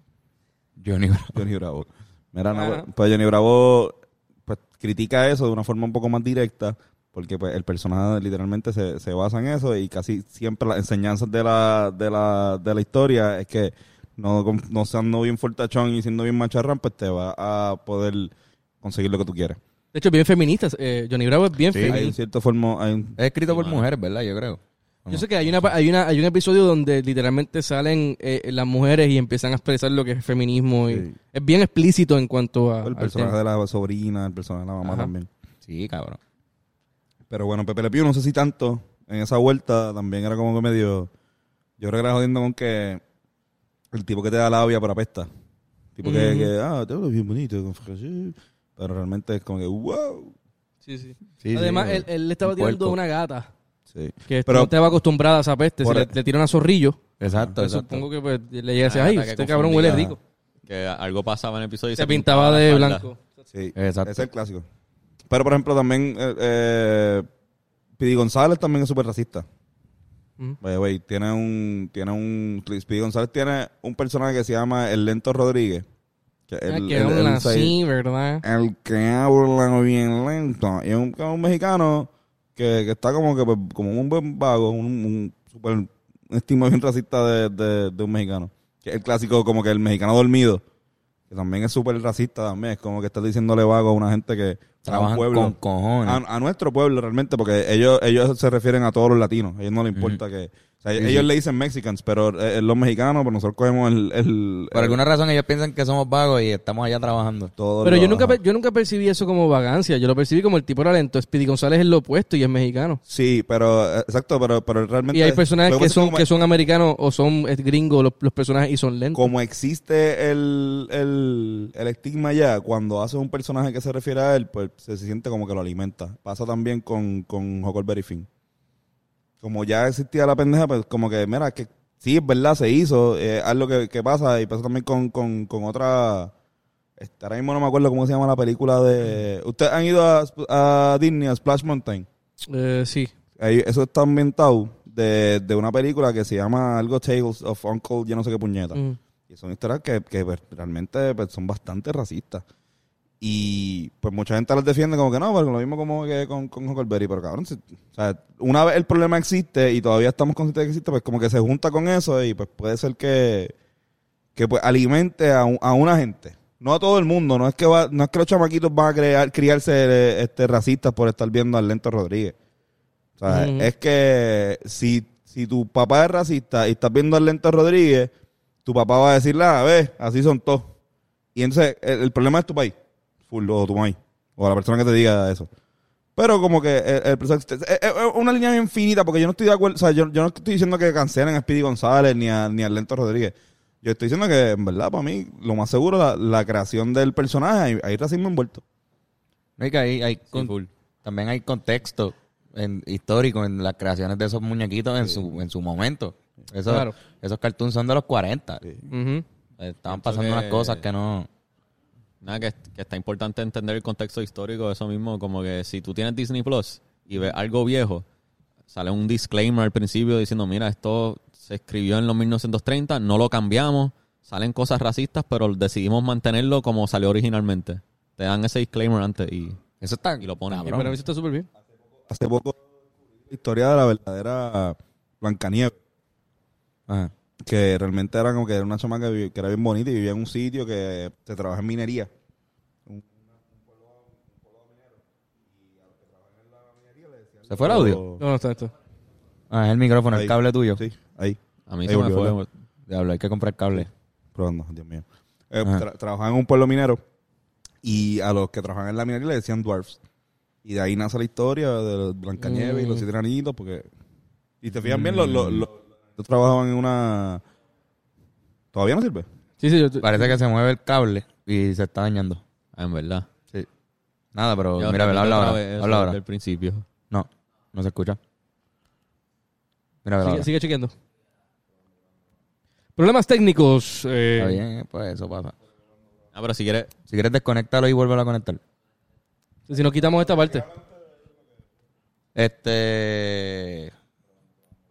Speaker 6: Johnny Bravo.
Speaker 5: Johnny Bravo. Mira, no, pues, pues Johnny Bravo pues, critica eso de una forma un poco más directa, porque pues, el personaje literalmente se, se basa en eso y casi siempre las enseñanzas de la, de la, de la historia es que no, con- no siendo bien fortachón y siendo bien macharrán, pues te va a poder conseguir lo que tú quieres.
Speaker 4: De hecho, bien feminista. eh, Johnny Bravo es bien
Speaker 5: Hay un
Speaker 4: feminista.
Speaker 5: cierto forma, hay un-
Speaker 6: Es escrito por mujeres, ¿verdad? Yo creo.
Speaker 4: Yo sé que hay una, pa- hay una hay un episodio donde literalmente salen eh, las mujeres y empiezan a expresar lo que es feminismo y
Speaker 5: Sí.
Speaker 4: es bien explícito en cuanto a
Speaker 5: el
Speaker 4: Ah, al
Speaker 5: personaje
Speaker 4: tema.
Speaker 5: de la sobrina, el personaje de la mamá
Speaker 4: Ajá.
Speaker 5: también.
Speaker 6: Sí, cabrón.
Speaker 5: Pero bueno, Pepe Le Pew, no sé si tanto. En esa vuelta también era como que medio. Yo creo que era jodiendo con que el tipo que te da labia para pesta. Tipo que- que,
Speaker 4: Ujú.
Speaker 5: ah, te hablo bien bonito. con frase". Pero realmente es como que, wow.
Speaker 4: Sí, sí.
Speaker 6: Sí,
Speaker 4: Además,
Speaker 6: sí,
Speaker 4: él, él le estaba
Speaker 6: Un
Speaker 4: tirando
Speaker 6: puerco.
Speaker 4: una gata
Speaker 5: Sí.
Speaker 4: que
Speaker 5: Pero-
Speaker 4: no estaba acostumbrada a esa peste. Si
Speaker 5: Por-
Speaker 4: le, le tira una zorrillo,
Speaker 6: Exacto,
Speaker 4: pues
Speaker 6: exacto.
Speaker 4: supongo que pues, le llega a decir,
Speaker 1: Ah,
Speaker 4: ay,
Speaker 1: gata,
Speaker 4: este
Speaker 1: que
Speaker 4: cabrón huele
Speaker 1: confundida".
Speaker 4: rico.
Speaker 1: Que algo pasaba en el episodio y
Speaker 4: Y se pintaba de
Speaker 1: la espalda.
Speaker 4: blanco.
Speaker 5: Sí, Ese
Speaker 6: Exacto.
Speaker 5: es el clásico. Pero por ejemplo, también eh, eh, Pidi González también es súper racista.
Speaker 4: Ujú.
Speaker 5: By the way, tiene un, tiene un. Pidi González tiene un personaje que se llama El Lento Rodríguez. Que
Speaker 4: Ah,
Speaker 5: él-
Speaker 4: que
Speaker 5: él-
Speaker 4: hablan
Speaker 5: él se-
Speaker 4: así, ¿verdad?
Speaker 5: El que habla bien lento. Y es un, un mexicano que, que está como que pues, como un buen vago, un, un super un estigma bien racista de, de- de un mexicano. Que es el clásico como que el mexicano dormido. Que también es súper racista también. Es como que estás diciéndole vago a una gente que a un
Speaker 6: Trabajan
Speaker 5: pueblo. Ah,
Speaker 6: con cojones.
Speaker 5: a, a nuestro pueblo realmente, porque ellos, ellos se refieren a todos los latinos. A ellos no les importa que... o sea, ellos le dicen Mexicans, pero eh, los mexicanos, pero nosotros cogemos el... el-
Speaker 6: Por
Speaker 5: el-
Speaker 6: alguna razón ellos piensan que somos vagos y estamos allá trabajando.
Speaker 5: todos
Speaker 4: Pero yo
Speaker 5: los-
Speaker 4: nunca,
Speaker 5: ajá.
Speaker 4: pe- yo nunca percibí eso como vagancia. Yo lo percibí como el tipo era lento. Speedy González es lo opuesto y es mexicano.
Speaker 5: Sí, pero eh, exacto, pero, pero realmente.
Speaker 4: Y hay
Speaker 5: lo
Speaker 4: personajes que
Speaker 5: pasa es
Speaker 4: son,
Speaker 5: como,
Speaker 4: que son americanos o son eh, gringos los, los personajes y son lentos.
Speaker 5: como existe el, el, el estigma ya, cuando hace un personaje que se refiere a él, pues se, siente como que lo alimenta. Pasa también con, con Huckleberry Finn. Como ya existía la pendeja, pues como que, mira, que sí, es verdad, se hizo, eh, haz lo que, que pasa, y pasa también con, con, con otra. este, Ahora mismo no me acuerdo cómo se llama la película de. ¿Ustedes han ido a, a Disney, a Splash Mountain?
Speaker 4: Eh, sí.
Speaker 5: Ahí- eso está ambientado de, de una película que se llama algo Tales of Uncle, yo no sé qué puñeta.
Speaker 4: Mm.
Speaker 5: Y son historias que, que, pues, realmente pues, son bastante racistas. Y pues mucha gente las defiende como que no, pero lo mismo como que con, con Huckleberry, pero cabrón, si- o sea, una vez el problema existe y todavía estamos conscientes de que existe, pues como que se junta con eso y pues puede ser que, que pues alimente a, un- a una gente. No a todo el mundo, no es que va, no es que los chamaquitos van a crear, criarse eh, este, racistas por estar viendo al Lento Rodríguez. O sea,
Speaker 4: Ujú.
Speaker 5: es que si, si tu papá es racista y estás viendo al Lento Rodríguez, tu papá va a decirle, a ver, así son todos. Y entonces el, el problema es tu país, full, o tu maíz, o la persona que te diga eso. Pero como que eh, el proceso- es, es- es una línea bien finita, porque yo no estoy de acuerdo, o sea, yo, yo no estoy diciendo que cancelen a Speedy González ni a, ni a Lento Rodríguez. Yo estoy diciendo que, en verdad, para mí, lo más seguro, la, la creación del personaje, hay, hay racismo envuelto.
Speaker 6: No, y que hay, hay con-
Speaker 1: full.
Speaker 6: también hay contexto en- histórico en las creaciones de esos muñequitos en su en su momento. Esos,
Speaker 4: Claro.
Speaker 6: esos cartoons son de los 40.
Speaker 4: Ujú.
Speaker 1: Pienso
Speaker 6: Estaban pasando unas
Speaker 1: que-
Speaker 6: cosas que no...
Speaker 1: Nada, que, que está importante entender el contexto histórico de eso mismo. Como que si tú tienes Disney Plus y ves algo viejo, sale un disclaimer al principio diciendo: Mira, esto se escribió en los 1930, no lo cambiamos, salen cosas racistas, pero decidimos mantenerlo como salió originalmente. Te dan ese disclaimer antes y,
Speaker 6: Eso está...
Speaker 1: y lo ponen.
Speaker 4: Y para mí eso está súper bien.
Speaker 5: Hace poco, la historia de la verdadera Blancanieves.
Speaker 6: Ajá.
Speaker 5: que realmente era como que era una chama que, vi- que era bien bonita y vivía en un sitio que se trabaja en minería.
Speaker 6: ¿Se fue el audio?
Speaker 4: No, no, está, está.
Speaker 6: Ah, es el micrófono, el
Speaker 5: Ahí.
Speaker 6: cable tuyo.
Speaker 5: Sí, ahí.
Speaker 1: A mí
Speaker 5: Ahí
Speaker 1: se me
Speaker 5: volvió,
Speaker 1: fue.
Speaker 5: ¿verdad?
Speaker 6: Diablo, hay que comprar cable.
Speaker 5: Probando, Dios mío. Eh,
Speaker 6: Ajá.
Speaker 5: tra- trabajaba en un pueblo minero y a los que trabajaban en la minería le decían dwarfs. Y de ahí nace la historia de los Blancanieves y los
Speaker 4: Mm.
Speaker 5: siete anillitos, porque... Y te fijas bien, los, los, los- los trabajaban en una... ¿Todavía no sirve?
Speaker 4: Sí, sí, yo. tú-
Speaker 6: Parece que se mueve el cable y se está dañando.
Speaker 1: Ah, en verdad.
Speaker 6: Nada, pero
Speaker 1: Yo
Speaker 6: mira,
Speaker 1: repito
Speaker 6: vela, habla
Speaker 1: otra
Speaker 6: ahora.
Speaker 1: vez eso
Speaker 6: Habla ahora.
Speaker 1: Del principio.
Speaker 6: No, no se escucha. Mira, vela,
Speaker 4: Sigue,
Speaker 6: ahora.
Speaker 4: sigue chequeando. Problemas técnicos. eh,
Speaker 6: Está bien, pues eso pasa.
Speaker 1: Ah, pero si quieres.
Speaker 6: Si quieres desconectarlo y vuélvelo a conectar.
Speaker 4: si nos quitamos esta parte.
Speaker 6: Este.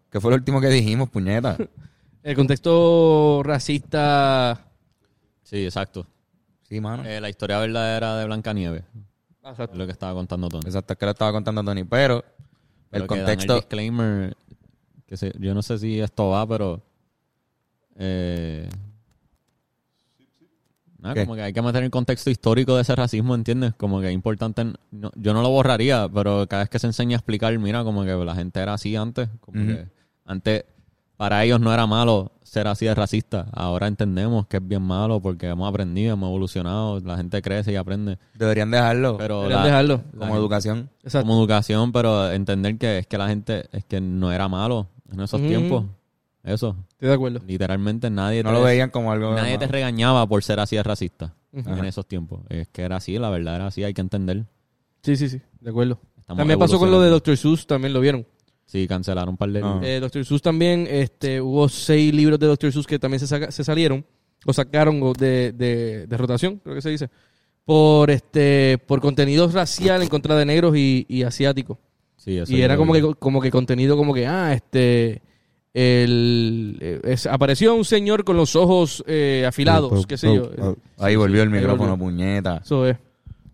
Speaker 6: ¿Qué fue lo último que dijimos, puñeta?
Speaker 4: El contexto racista.
Speaker 6: Ah,
Speaker 1: Sí, exacto.
Speaker 6: Sí, mano.
Speaker 1: Eh, la historia verdadera de Blancanieves. Es lo que estaba contando Tony.
Speaker 6: Exacto, es que lo estaba contando a Tony, pero
Speaker 1: Pero
Speaker 6: el
Speaker 1: que dan
Speaker 6: contexto.
Speaker 1: El disclaimer. Que se- yo no sé si esto va, pero. Eh, nada,
Speaker 6: ¿Qué?
Speaker 1: como que hay que meter el contexto histórico de ese racismo, ¿entiendes? Como que es importante. no- yo no lo borraría, pero cada vez que se enseña a explicar, mira, como que la gente era así antes. Como
Speaker 6: Ujú.
Speaker 1: que antes, para ellos no era malo ser así de racista. Ahora entendemos que es bien malo porque hemos aprendido, hemos evolucionado, la gente crece y aprende.
Speaker 6: Deberían dejarlo
Speaker 1: Pero
Speaker 4: Deberían
Speaker 1: la-
Speaker 4: dejarlo.
Speaker 1: la
Speaker 6: como
Speaker 1: gente-
Speaker 6: educación.
Speaker 4: Exacto.
Speaker 1: como educación, pero entender que es que la gente es que no era malo en esos
Speaker 4: Mm.
Speaker 1: tiempos. Eso,
Speaker 4: Estoy de acuerdo.
Speaker 1: literalmente nadie
Speaker 6: No
Speaker 1: te,
Speaker 6: lo veían como algo.
Speaker 1: nadie te
Speaker 6: malo.
Speaker 1: regañaba por ser así de racista en
Speaker 6: Ajá.
Speaker 1: esos tiempos. Es que era así, la verdad era así, hay que entender.
Speaker 4: Sí, sí, sí. De acuerdo.
Speaker 1: Estamos
Speaker 4: también pasó con lo de
Speaker 1: evolucionando.
Speaker 4: Dr. Seuss, también lo vieron.
Speaker 1: Sí, cancelaron un par de
Speaker 6: No.
Speaker 1: libros.
Speaker 4: Eh, Dr. Seuss también, este, hubo seis libros de Dr. Seuss que también se, saca- se salieron o sacaron o de, de- de rotación, creo que se dice, por este por contenido racial en contra de negros y, y asiáticos.
Speaker 1: Sí, eso
Speaker 4: Y
Speaker 1: yo
Speaker 4: era
Speaker 1: lo
Speaker 4: como
Speaker 1: vi.
Speaker 4: que, como que contenido como que, ah, este, el, eh, es- apareció un señor con los ojos eh, afilados, qué sé yo.
Speaker 6: Ahí volvió el
Speaker 4: ahí
Speaker 6: micrófono,
Speaker 4: volvió.
Speaker 6: puñeta.
Speaker 4: Eso es.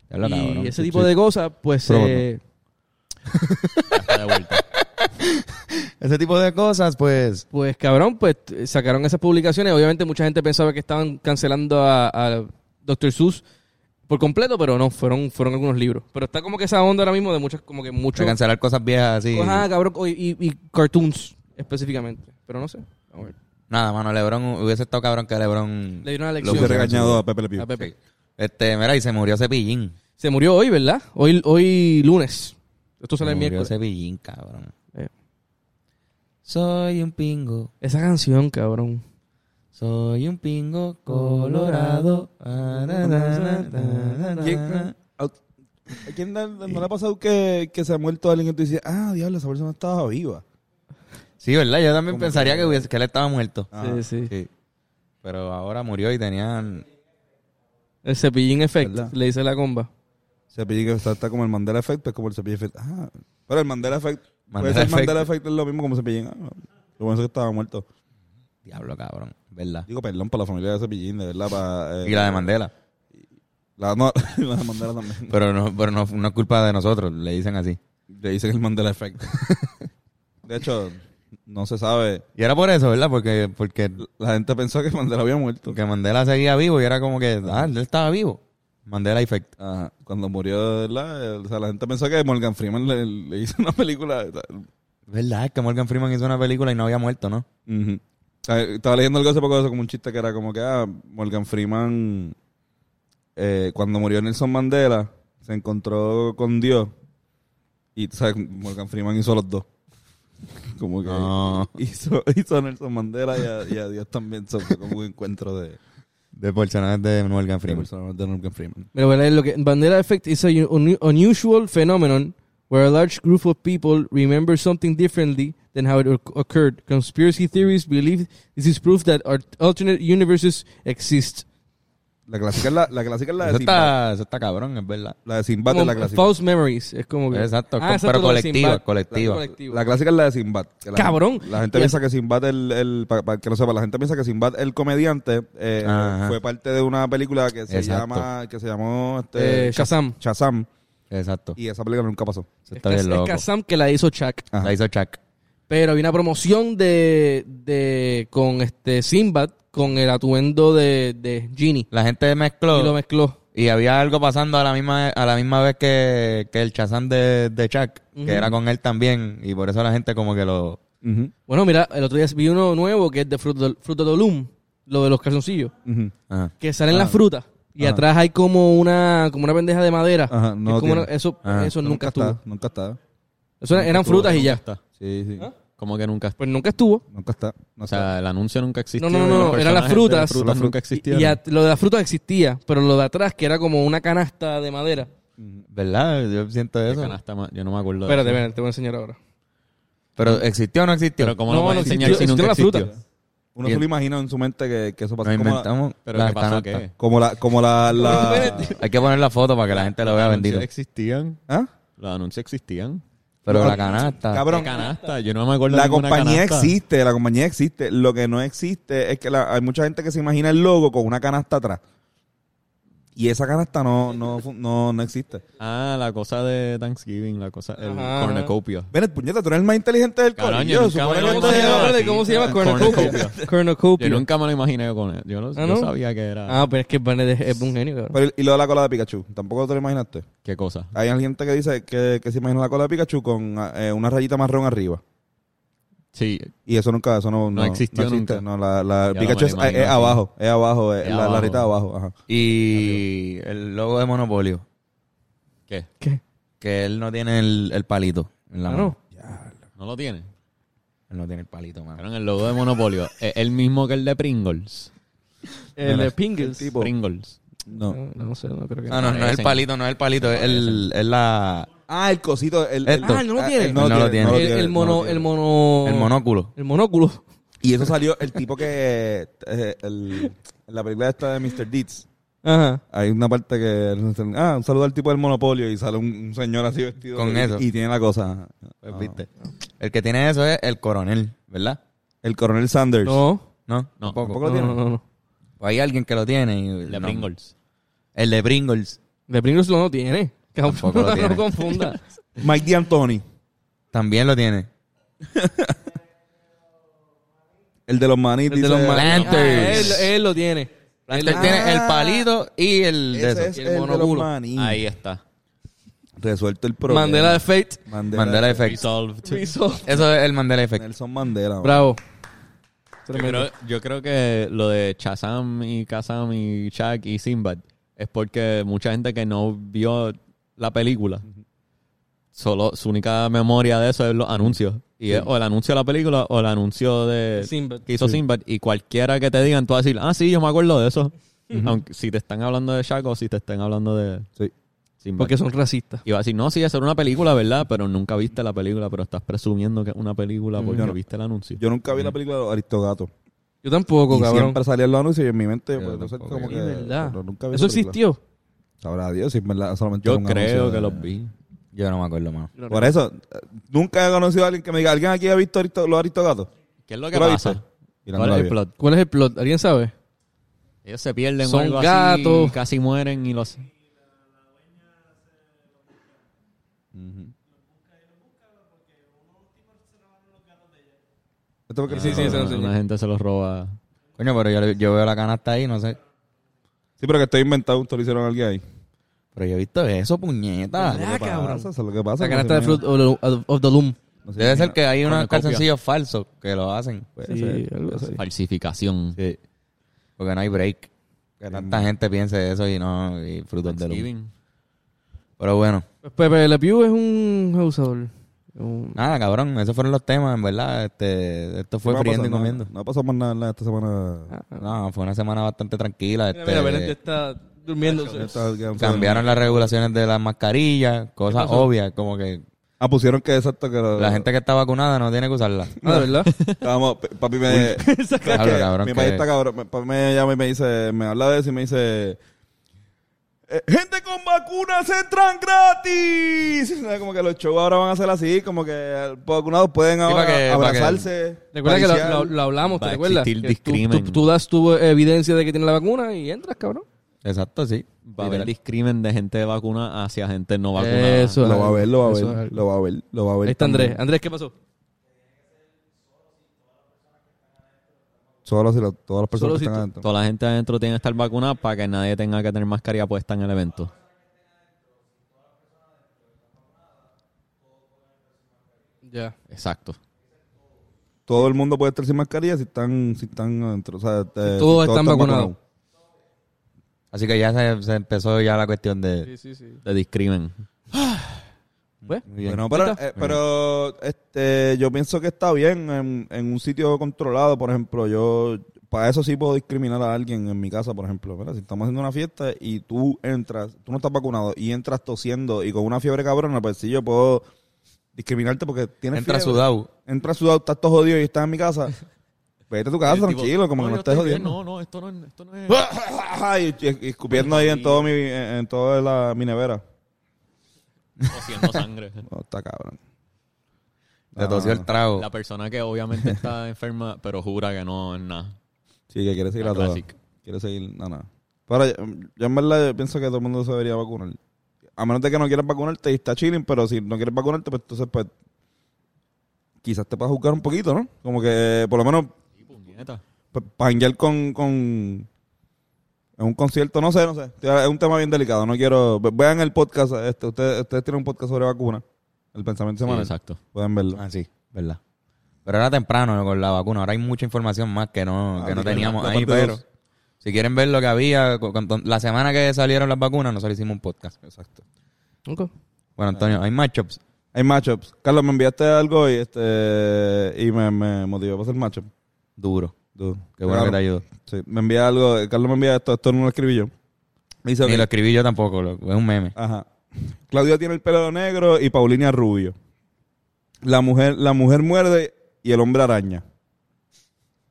Speaker 6: Ya lo cabrón.
Speaker 4: Y ese tipo de cosas, pues...
Speaker 5: Pero
Speaker 4: eh,
Speaker 1: Ya está de vuelta.
Speaker 6: Ese tipo de cosas, pues.
Speaker 4: Pues cabrón, pues t- sacaron esas publicaciones. Obviamente mucha gente pensaba que estaban cancelando a, a Dr. Seuss por completo, pero no, fueron, fueron algunos libros. Pero está como que esa onda ahora mismo de muchas, como que
Speaker 6: De
Speaker 4: muchos...
Speaker 6: cancelar cosas viejas así.
Speaker 4: Ajá, cabrón, o- y, y cartoons específicamente. Pero no sé. A ver.
Speaker 6: Nada, mano, Lebron hubiese estado cabrón que Lebron.
Speaker 4: Le dieron una
Speaker 5: Lo
Speaker 4: lección
Speaker 5: hubiese regañado a Pepe Le Pew.
Speaker 4: a Pepe.
Speaker 6: Este, mira, y se murió Cepillín.
Speaker 4: Se murió hoy, ¿verdad? Hoy, hoy lunes. Esto
Speaker 6: Se
Speaker 4: sale el
Speaker 6: murió
Speaker 4: miércoles.
Speaker 6: Cepillín, cabrón.
Speaker 4: Eh.
Speaker 6: Soy un pingo,
Speaker 4: Esa canción, cabrón.
Speaker 6: soy un pingo
Speaker 4: colorado.
Speaker 6: Ah,
Speaker 4: na, na, na, na, na.
Speaker 5: ¿Quién, au- ¿a quién da- no le ha pasado que, que se ha muerto alguien y tú dices, ah, diablo, esa persona estaba viva?
Speaker 6: Sí, ¿verdad? Yo también pensaría que, hubiese- que él estaba muerto.
Speaker 5: Ajá.
Speaker 4: Sí, sí.
Speaker 6: Sí. Pero ahora murió y tenían...
Speaker 4: El cepillín effect,
Speaker 5: ¿Verdad?
Speaker 4: le dice la comba.
Speaker 5: Cepillín que está, está como el Mandela Effect, pues como el Cepillín Effect. Ah, pero el Mandela Effect,
Speaker 6: Mandela
Speaker 5: puede ser
Speaker 6: Effect.
Speaker 5: Mandela Effect es lo mismo como Cepillín. Ah, no. Lo bueno es que estaba muerto.
Speaker 6: Diablo, cabrón. ¿Verdad?
Speaker 5: Digo, perdón para la familia de Cepillín, de verdad, para... eh,
Speaker 6: Y la de Mandela.
Speaker 5: La, no, la de Mandela también.
Speaker 6: Pero no, pero no, no es culpa de nosotros, le dicen así.
Speaker 5: Le dicen el Mandela Effect. De hecho, no se sabe.
Speaker 6: Y era por eso, ¿verdad? Porque, porque,
Speaker 5: La gente pensó que Mandela había muerto.
Speaker 6: porque Mandela seguía vivo y era como que, ah, él estaba vivo. Mandela Effect.
Speaker 5: Ajá. Cuando murió, ¿verdad? O sea, la gente pensó que Morgan Freeman le, le hizo una película. o sea,
Speaker 6: ¿Verdad? Es que Morgan Freeman hizo una película y no había muerto, ¿no?
Speaker 5: ujú. O sea, Ah, Estaba leyendo algo hace poco de eso, como un chiste que era como que, ah, Morgan Freeman, eh, cuando murió Nelson Mandela, se encontró con Dios. Y, o sea, Morgan Freeman hizo los dos. Como que
Speaker 6: No.
Speaker 5: hizo, hizo a Nelson Mandela y a, y a Dios también. So, fue como un encuentro de,
Speaker 6: De personajes de Morgan
Speaker 5: de
Speaker 6: Freeman.
Speaker 5: personas de Morgan Freeman.
Speaker 4: Mira, voy a leer lo que Bandera Effect is an un- unusual phenomenon where a large group of people remember something differently than how it oc- occurred. Conspiracy theories believe this is proof that our alternate universes exist.
Speaker 5: La clásica es la, la clásica es la
Speaker 6: Eso
Speaker 5: de Sinbad.
Speaker 6: está, eso está cabrón, es verdad.
Speaker 5: La de Sinbad es la
Speaker 4: Como
Speaker 5: clásica.
Speaker 4: false memories. Es como que-
Speaker 6: Exacto,
Speaker 4: Ah,
Speaker 6: co- pero
Speaker 4: lo de
Speaker 6: colectiva,
Speaker 4: Sinbad.
Speaker 6: colectiva.
Speaker 4: Colectivo.
Speaker 5: La clásica es la de Sinbad. que la-
Speaker 4: Cabrón.
Speaker 5: La gente
Speaker 4: Y-
Speaker 5: piensa que Sinbad, el, el para, para que no sepa, la gente piensa que Sinbad, el comediante, eh,
Speaker 6: Ajá.
Speaker 5: fue parte de una película que se
Speaker 6: Exacto.
Speaker 5: llama, que se llamó este,
Speaker 4: Eh, Shazam.
Speaker 5: Shazam,
Speaker 6: Exacto.
Speaker 5: y esa película nunca pasó.
Speaker 6: Eso
Speaker 4: Es,
Speaker 6: está bien
Speaker 4: es
Speaker 6: loco.
Speaker 4: Shazam que la hizo Chuck.
Speaker 5: Ajá.
Speaker 6: La hizo Chuck.
Speaker 4: Pero había una promoción de, de con este Sinbad con el atuendo de, de Genie.
Speaker 6: La gente
Speaker 4: Y lo
Speaker 6: mezcló
Speaker 4: mezcló.
Speaker 6: y había algo pasando a la misma, a la misma vez que, que el Chazán de, de Chuck,
Speaker 4: Ujú.
Speaker 6: que era con él también, y por eso la gente como que lo,
Speaker 5: Ujú,
Speaker 4: Bueno, mira, el otro día vi uno nuevo que es de Fruto, Fruto de Loom, lo de los calzoncillos,
Speaker 5: ujú.
Speaker 6: Ajá.
Speaker 4: que salen las frutas y
Speaker 5: Ajá.
Speaker 4: atrás hay como una como una pendeja de madera.
Speaker 5: Ajá, no
Speaker 4: Es
Speaker 5: lo
Speaker 4: como
Speaker 5: tiene.
Speaker 4: una- eso
Speaker 6: Ajá.
Speaker 4: eso nunca, estuvo.
Speaker 5: está, nunca está.
Speaker 4: Eso eran- eran frutas y ya.
Speaker 1: Está.
Speaker 5: Sí, sí.
Speaker 1: Como que nunca.
Speaker 4: Pues nunca estuvo.
Speaker 5: Nunca está. No
Speaker 1: O
Speaker 5: está.
Speaker 1: sea, el anuncio nunca existió.
Speaker 4: No, no, no,
Speaker 1: y los
Speaker 4: no, eran las
Speaker 1: personajes de
Speaker 4: frutas.
Speaker 1: frutas nunca existieron.
Speaker 4: Y, y at- lo de las frutas existía, pero lo de atrás que era como una canasta de madera.
Speaker 6: ¿Verdad? Yo siento
Speaker 1: Qué
Speaker 6: eso.
Speaker 1: canasta más- Yo no me acuerdo. de
Speaker 4: Espérate,
Speaker 1: eso.
Speaker 4: espérate, te voy a enseñar ahora.
Speaker 6: Pero ¿existió o no existió?
Speaker 1: Pero cómo
Speaker 4: No,
Speaker 1: lo voy a
Speaker 4: no
Speaker 1: enseñar
Speaker 4: existió-
Speaker 1: si nunca
Speaker 4: existieron las
Speaker 1: existió.
Speaker 5: Uno se lo imagina en su mente que, que eso pasó.
Speaker 6: Nos
Speaker 5: como, la,
Speaker 6: inventamos.
Speaker 1: Pero
Speaker 6: la
Speaker 1: qué pasó
Speaker 6: canasta.
Speaker 1: qué.
Speaker 5: como la... Como la, la...
Speaker 6: Hay que poner la foto para que la gente lo vea
Speaker 1: Los
Speaker 6: bendito.
Speaker 1: anuncios existían.
Speaker 5: ¿Ah?
Speaker 1: Los anuncios existían.
Speaker 6: Pero
Speaker 5: No,
Speaker 6: la canasta.
Speaker 5: Cabrón,
Speaker 1: ¿Qué canasta? Yo no me acuerdo de
Speaker 5: la
Speaker 1: ninguna
Speaker 5: compañía
Speaker 1: canasta.
Speaker 5: existe, la compañía existe. Lo que no existe es que la- hay mucha gente que se imagina el logo con una canasta atrás. Y esa canasta no, no, fu- no, no existe.
Speaker 1: Ah, la cosa de Thanksgiving, la cosa, el
Speaker 4: Ajá.
Speaker 1: cornucopia.
Speaker 5: Ven, puñeta, tú eres el más inteligente del
Speaker 1: Cabrón,
Speaker 5: colegio.
Speaker 1: yo nunca me
Speaker 5: supone
Speaker 1: lo
Speaker 5: que
Speaker 1: ¿Cómo
Speaker 5: tú-
Speaker 1: se llama?
Speaker 4: Espérate, ¿Cómo se llama?
Speaker 1: Cornucopia.
Speaker 4: Cornucopia. Cornucopia.
Speaker 1: Yo nunca me lo imaginé con él. Yo, lo-
Speaker 4: Ah,
Speaker 1: yo
Speaker 4: ¿no?
Speaker 1: sabía que era.
Speaker 4: Ah, pero es que Bennett es, es un genio, cabrón.
Speaker 5: Pero, ¿Y lo de la cola de Pikachu? ¿Tampoco te lo imaginaste?
Speaker 1: ¿Qué cosa?
Speaker 5: Hay gente que dice que, que se imagina la cola de Pikachu con eh, una rayita marrón arriba.
Speaker 1: Sí,
Speaker 5: Y eso nunca, eso no, no,
Speaker 1: existió nunca.
Speaker 5: existe. No, la, la-
Speaker 1: Ya
Speaker 5: Pikachu
Speaker 1: lo
Speaker 5: es,
Speaker 1: me lo imagino
Speaker 5: es
Speaker 1: así.
Speaker 5: abajo, es abajo, es
Speaker 1: Es
Speaker 5: la,
Speaker 1: abajo.
Speaker 5: la rayita abajo. Ajá.
Speaker 6: Y el logo de Monopolio.
Speaker 1: ¿qué?
Speaker 6: Que él no tiene el, el palito. En la
Speaker 4: Ah,
Speaker 6: mano.
Speaker 4: no.
Speaker 1: ¿No lo tiene?
Speaker 6: Él no tiene el palito, mano.
Speaker 1: Cabrón, el logo de Monopolio es el mismo que el de Pringles.
Speaker 4: El de Pringles. Ah,
Speaker 5: tipo.
Speaker 1: Pringles.
Speaker 5: No.
Speaker 4: No, no sé, no creo que.
Speaker 6: Ah, No, no, no es el palito, no es el palito. Es, el, es la,
Speaker 5: Ah, el cosito. El, el-
Speaker 6: Esto.
Speaker 4: Ah, no lo tiene.
Speaker 5: él
Speaker 6: No lo tiene.
Speaker 5: no
Speaker 4: el, el
Speaker 5: no
Speaker 4: mono,
Speaker 5: lo tiene.
Speaker 4: el mono.
Speaker 1: Oh.
Speaker 6: el monóculo.
Speaker 4: El monóculo.
Speaker 5: Y eso salió el tipo que. eh, el- en la película esta de Mr. Deeds.
Speaker 4: Ajá.
Speaker 5: Hay una parte que. Ah, un saludo al tipo del monopolio y sale un, un señor así vestido.
Speaker 6: Con
Speaker 5: y,
Speaker 6: eso.
Speaker 5: Y tiene la cosa. Ah.
Speaker 6: Pues, ¿viste? El que tiene eso es el coronel, ¿verdad?
Speaker 5: El coronel Sanders.
Speaker 4: No.
Speaker 6: No,
Speaker 1: No.
Speaker 6: tampoco.
Speaker 5: ¿Tampoco lo
Speaker 4: no,
Speaker 5: tiene?
Speaker 4: no, no, no.
Speaker 6: O Hay alguien que lo tiene. y-
Speaker 1: El de
Speaker 6: no.
Speaker 1: Pringles.
Speaker 6: El de Pringles.
Speaker 4: De Pringles lo no tiene. Cabrón,
Speaker 6: Tampoco lo
Speaker 4: no
Speaker 6: tiene.
Speaker 4: confunda.
Speaker 5: Mike D'Antoni.
Speaker 6: También lo tiene.
Speaker 5: El de los manis.
Speaker 4: El de los
Speaker 5: dice-
Speaker 4: Malantes.
Speaker 1: Ah,
Speaker 6: Planters.
Speaker 4: Ah, él, él lo tiene.
Speaker 6: Él tiene el palito y el de eso.
Speaker 5: Ah. Ese es
Speaker 4: Y
Speaker 5: el,
Speaker 4: el
Speaker 5: de los
Speaker 4: monoculo.
Speaker 5: manis.
Speaker 1: Ahí está.
Speaker 5: Resuelto el problema.
Speaker 4: Mandela de Fate.
Speaker 5: Mandela.
Speaker 6: Mandela Effect.
Speaker 1: Resolved.
Speaker 4: Piso.
Speaker 6: Eso es el Mandela Effect.
Speaker 5: Nelson Mandela. man.
Speaker 4: Bravo.
Speaker 1: Yo creo, yo creo que lo de Chazam y Kazam y Shaq y Sinbad es porque mucha gente que no vio la película, solo su única memoria de eso es los anuncios. Y es o el anuncio de la película o el anuncio de
Speaker 4: Sinbad.
Speaker 1: que hizo Sinbad. Y cualquiera que te digan, tú vas a decir, ah, sí, yo me acuerdo de eso. Aunque si te están hablando de Shaq o si te están hablando de
Speaker 5: Sí.
Speaker 1: Sinbad.
Speaker 4: Porque son racistas.
Speaker 1: Y va a decir, no, sí, eso era una película, ¿verdad? Pero nunca viste la película, pero estás presumiendo que es una película porque
Speaker 5: Yo no.
Speaker 1: viste el anuncio.
Speaker 5: Yo nunca vi la película de los Aristogatos.
Speaker 4: Yo tampoco,
Speaker 5: Y
Speaker 4: cabrón.
Speaker 5: siempre salían los anuncios y en mi mente,
Speaker 6: Yo
Speaker 5: pues, entonces,
Speaker 6: tampoco.
Speaker 5: como que.
Speaker 4: Es verdad.
Speaker 5: pero nunca vi
Speaker 4: Eso
Speaker 5: la película.
Speaker 4: existió.
Speaker 5: Sabrá Dios, si en verdad solamente
Speaker 1: Yo
Speaker 5: era un anuncio
Speaker 1: creo que
Speaker 5: de-
Speaker 1: los vi.
Speaker 6: Yo no me acuerdo, mano.
Speaker 5: Por eso, eh, nunca he conocido a alguien que me diga, ¿alguien aquí ha visto Aristo- los Aristogatos?
Speaker 1: ¿Qué es lo
Speaker 5: ¿Tú
Speaker 1: que
Speaker 5: la
Speaker 1: pasa?
Speaker 5: viste? Y la
Speaker 1: ¿Cuál
Speaker 5: no
Speaker 1: es
Speaker 5: la
Speaker 1: el
Speaker 5: vi.
Speaker 1: plot?
Speaker 4: ¿Cuál es el plot? ¿Alguien sabe?
Speaker 1: Ellos se pierden o
Speaker 4: Son
Speaker 1: algo
Speaker 4: gatos.
Speaker 1: así, casi mueren y los...
Speaker 5: Esto porque-
Speaker 4: Sí, sí,
Speaker 5: no,
Speaker 4: se lo
Speaker 5: no, no.
Speaker 4: enseñé.
Speaker 1: Una gente se los roba.
Speaker 6: Coño, pero yo, yo veo la canasta ahí, no sé.
Speaker 5: Sí, pero que estoy inventado, esto lo hicieron a alguien ahí.
Speaker 6: Pero yo he visto eso, puñeta.
Speaker 5: ¿Qué cabrón. Pasa? Eso es lo que pasa.
Speaker 4: La
Speaker 5: no
Speaker 4: canasta de
Speaker 5: se
Speaker 4: Fruit of the- of the Loom.
Speaker 5: imagina- no se
Speaker 6: Debe ser
Speaker 5: imagina.
Speaker 6: que hay unos
Speaker 1: Cornucopia.
Speaker 6: calzoncillos falsos que lo hacen.
Speaker 4: Sí, algo así.
Speaker 1: Falsificación.
Speaker 6: Porque no hay break. Que tanta gente piense eso y no. Y frutos de luz.
Speaker 1: Mm. Thanksgiving.
Speaker 6: Pero bueno.
Speaker 4: Pues Pepe Le Pew es un abusador. Un-
Speaker 6: Nada, cabrón. Esos fueron los temas, en verdad. Este, esto fue
Speaker 5: No ha
Speaker 6: friendo y
Speaker 5: pasado
Speaker 6: comiendo. Ah.
Speaker 5: nada, No ha pasado más nada en la- esta semana.
Speaker 6: No, fue una semana bastante tranquila. Este,
Speaker 4: está durmiendo.
Speaker 5: Esta- que-
Speaker 6: cambiaron las regulaciones de las mascarillas, cosas obvias, como que
Speaker 5: Ah, pusieron que exacto que lo-
Speaker 6: la gente que está vacunada no tiene que usarla.
Speaker 4: Ah, ¿de verdad?
Speaker 5: Estábamos, p- papi me.
Speaker 6: Habla,
Speaker 5: que
Speaker 6: cabrón,
Speaker 5: mi
Speaker 6: que-
Speaker 5: país está cabrón. Mi Papi me llama y me dice, me habla de eso y me dice. "Eh, Gente con vacunas entran gratis. O sea, Como que los shows ahora van a ser así, como que eh, los vacunados pueden ahora
Speaker 6: para que- para que-
Speaker 5: abrazarse.
Speaker 4: Recuerda que
Speaker 5: acariciar.
Speaker 4: lo, lo- lo hablamos,
Speaker 1: Va
Speaker 4: ¿te
Speaker 1: a
Speaker 4: recuerdas?
Speaker 1: existir
Speaker 4: Que tú-
Speaker 1: discrimen.
Speaker 4: Tú, tú das tu evidencia de que tienes la vacuna y entras, cabrón.
Speaker 6: Exacto, sí.
Speaker 1: Va a haber
Speaker 6: Literal.
Speaker 1: discrimen de gente vacuna hacia gente no vacunada.
Speaker 4: Eso.
Speaker 5: Lo va a ver, lo va a
Speaker 4: Eso
Speaker 5: ver,
Speaker 4: es.
Speaker 5: lo va a ver, lo va a ver.
Speaker 4: Ahí está
Speaker 5: también.
Speaker 4: Andrés. Andrés, ¿qué pasó?
Speaker 5: Solo si lo- todas las personas que
Speaker 4: Solo si
Speaker 5: están
Speaker 4: tú-
Speaker 5: adentro.
Speaker 1: Toda la gente adentro tiene que estar vacunada para que nadie tenga que tener mascarilla puesta en el evento.
Speaker 4: Ya.
Speaker 1: Exacto.
Speaker 5: Todo el mundo puede estar sin mascarilla si están, si están adentro. O sea, te-
Speaker 4: todos están vacunados.
Speaker 6: Así que ya se, se empezó ya la cuestión de...
Speaker 1: Te discrimen.
Speaker 6: Muy bien.
Speaker 5: Bueno, pero, eh, pero este, yo pienso que está bien en, en un sitio controlado, por ejemplo. Yo, para eso sí puedo discriminar a alguien en mi casa, por ejemplo. ¿verdad? Si estamos haciendo una fiesta y tú entras, tú no estás vacunado y entras tosiendo y con una fiebre cabrona, pues sí, yo puedo discriminarte porque tienes
Speaker 6: Entra
Speaker 5: fiebre.
Speaker 6: sudado.
Speaker 5: Entra sudado, estás todo jodido y estás en mi casa. Vete a tu casa,
Speaker 1: El tipo,
Speaker 5: Ah, tranquilo, como que
Speaker 1: yo
Speaker 5: no estés
Speaker 1: estoy bien,
Speaker 5: jodiendo.
Speaker 1: No, no, esto no, es- esto no es...
Speaker 5: y, y- y escupiendo ahí en todo mi, en toda la, mi nevera.
Speaker 1: Haciendo sangre.
Speaker 5: No, está cabrón.
Speaker 6: Te
Speaker 5: Ah.
Speaker 6: tosió el trago.
Speaker 1: La persona que obviamente está enferma, pero jura que no es nada.
Speaker 5: Sí, que quiere seguir
Speaker 1: La
Speaker 5: a todas.
Speaker 1: clásica.
Speaker 5: Quiere seguir, no, no. Pero yo, yo en verdad yo pienso que todo el mundo se debería vacunar. A menos de que no quieras vacunarte y está chilling, pero si no quieres vacunarte, pues entonces pues quizás te puedas juzgar un poquito, ¿no? Como que por lo menos
Speaker 1: Sí, puñeta.
Speaker 5: pa- panguear con, con en un concierto, no sé, no sé. Es un tema bien delicado, no quiero... ve- Vean el podcast, este, ustedes, ustedes tienen un podcast sobre vacuna, el pensamiento
Speaker 1: Sí,
Speaker 5: semanal.
Speaker 1: exacto.
Speaker 5: Pueden verlo.
Speaker 6: Ah, sí, verdad. Pero era temprano con la vacuna. Ahora hay mucha información más que no,
Speaker 5: Ah,
Speaker 6: que no
Speaker 5: sí,
Speaker 6: teníamos
Speaker 5: la- la
Speaker 6: ahí,
Speaker 5: parte
Speaker 6: pero...
Speaker 5: dos.
Speaker 6: Si quieren ver lo que había, cu- cuando- la semana que salieron las vacunas, nosotros hicimos un podcast. Exacto.
Speaker 4: Ok.
Speaker 6: Bueno, Antonio, hay matchups.
Speaker 5: Hay matchups. Carlos, me enviaste algo y este y me, me motivó para hacer matchup.
Speaker 6: Duro.
Speaker 5: Tú.
Speaker 6: Qué bueno que
Speaker 5: Claro.
Speaker 6: te ayudó.
Speaker 5: Sí, me envía algo, Carlos me envía esto, esto no lo escribí yo. Me dice,
Speaker 6: Ni
Speaker 5: ok,
Speaker 6: lo escribí yo tampoco, loco, es un meme.
Speaker 5: ajá. Claudia tiene el pelo negro y Paulina rubio. La mujer, la mujer muerde y el hombre araña.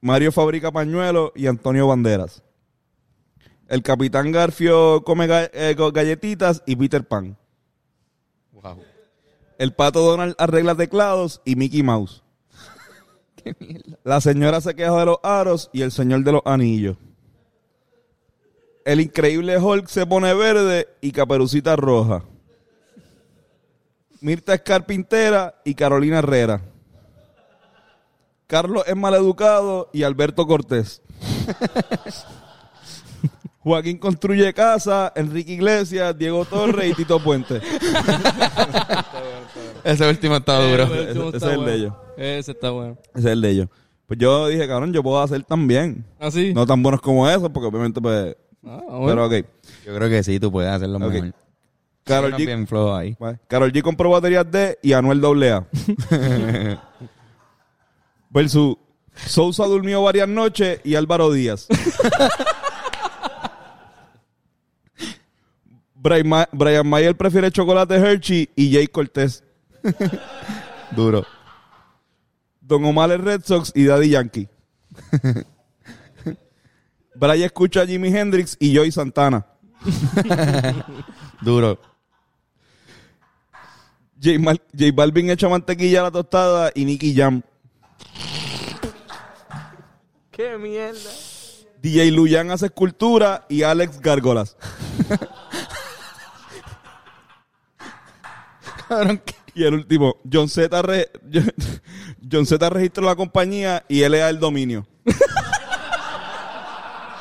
Speaker 5: Mario fabrica pañuelos y Antonio Banderas. El capitán Garfio come ga- eh, go- galletitas y Peter Pan. El pato Donald arregla teclados y Mickey Mouse. La señora se queja de los aros y el señor de los anillos. El increíble Hulk se pone verde y Caperucita roja. Mirta es carpintera y Carolina Herrera. Carlos es maleducado y Alberto Cortés. Joaquín construye casa, Enrique Iglesias, Diego Torres y Tito Puente.
Speaker 6: Ese último está
Speaker 5: Eh,
Speaker 6: duro.
Speaker 5: Ese- ese es el de ellos.
Speaker 4: Ese está bueno.
Speaker 5: Ese es el de ellos. Pues yo dije, cabrón, yo puedo hacer también.
Speaker 4: ¿Ah, sí?
Speaker 5: No tan buenos como esos, porque obviamente, pues.
Speaker 4: Ah,
Speaker 5: Pero
Speaker 4: bueno.
Speaker 5: ok.
Speaker 6: Yo creo que sí, tú puedes hacerlo
Speaker 5: Ok.
Speaker 6: mejor.
Speaker 5: Carol
Speaker 6: Suena
Speaker 5: G.
Speaker 6: bien flojo ahí.
Speaker 5: Vale. Carol G compró baterías D y Anuel AA. Versus Sousa durmió varias noches y Álvaro Díaz. Brian, Ma- Brian Mayer prefiere chocolate Hershey y Jay Cortés. Duro. Don Omar es Red Sox y Daddy Yankee. Brian escucha a Jimi Hendrix y Joy Santana.
Speaker 6: Duro.
Speaker 5: J, Mal- J Balvin echa mantequilla a la tostada y Nicky Jam.
Speaker 2: ¡Qué mierda!
Speaker 5: DJ Luyan hace escultura y Alex Gárgolas.
Speaker 6: Cabrón, ¿qué?
Speaker 5: Y el último, John Z, re- John- John Z registró la compañía y él da el dominio. Está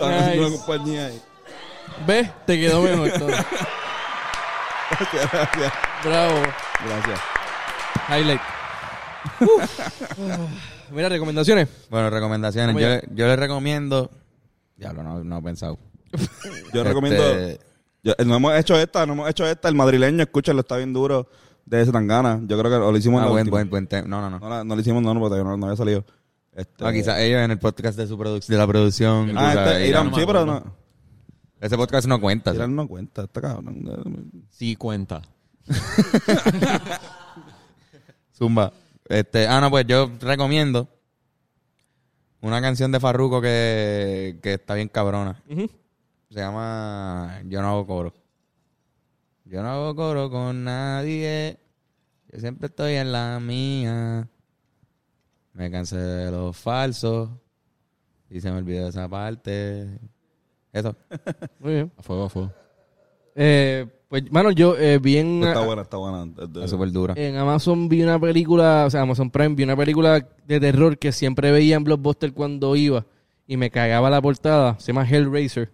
Speaker 5: registrando la
Speaker 4: Nice.
Speaker 5: compañía ahí.
Speaker 4: ¿Ves? Te quedó mejor todo.
Speaker 5: Gracias, gracias.
Speaker 4: Bravo.
Speaker 5: Gracias.
Speaker 4: Highlight. Uf. Ah, Mira, recomendaciones.
Speaker 6: Bueno, recomendaciones.
Speaker 4: Vamos
Speaker 6: Yo, yo les recomiendo. Diablo, no, no he pensado.
Speaker 5: Yo
Speaker 6: Este,
Speaker 5: recomiendo. yo- eh, no hemos hecho esta, no hemos hecho esta. El madrileño, escúchalo, está bien duro de ese tangana. Yo creo que lo hicimos en
Speaker 6: Ah,
Speaker 5: la
Speaker 6: buen,
Speaker 5: última.
Speaker 6: buen, buen tema. No, no, no.
Speaker 5: No, la- no lo hicimos, no, no, porque todavía no, no había salido. Este,
Speaker 6: Ah, quizás ellos en el podcast de su produc- de la producción.
Speaker 5: Ah,
Speaker 6: tú sabes,
Speaker 5: este,
Speaker 6: ya
Speaker 5: Irán,
Speaker 6: no me
Speaker 5: sí, pero
Speaker 6: acuerdo.
Speaker 5: no.
Speaker 6: Ese podcast no cuenta.
Speaker 5: Irán no cuenta, está cabrón.
Speaker 1: Sí cuenta.
Speaker 6: Zumba. Este, ah, no, pues yo recomiendo una canción de Farruko que, que está bien cabrona. Se llama Yo no hago coro. Yo no hago coro con nadie. Yo siempre estoy en la mía. Me cansé de los falsos. Y se me olvidó esa parte. Eso.
Speaker 4: Muy bien.
Speaker 1: A fuego, a fuego.
Speaker 4: Eh, pues, mano, yo eh, vi en,
Speaker 5: Está buena, está buena.
Speaker 6: Está súper dura.
Speaker 4: en Amazon vi una película, o sea, Amazon Prime vi una película de terror que siempre veía en Blockbuster cuando iba y me cagaba la portada. Se llama Hellraiser.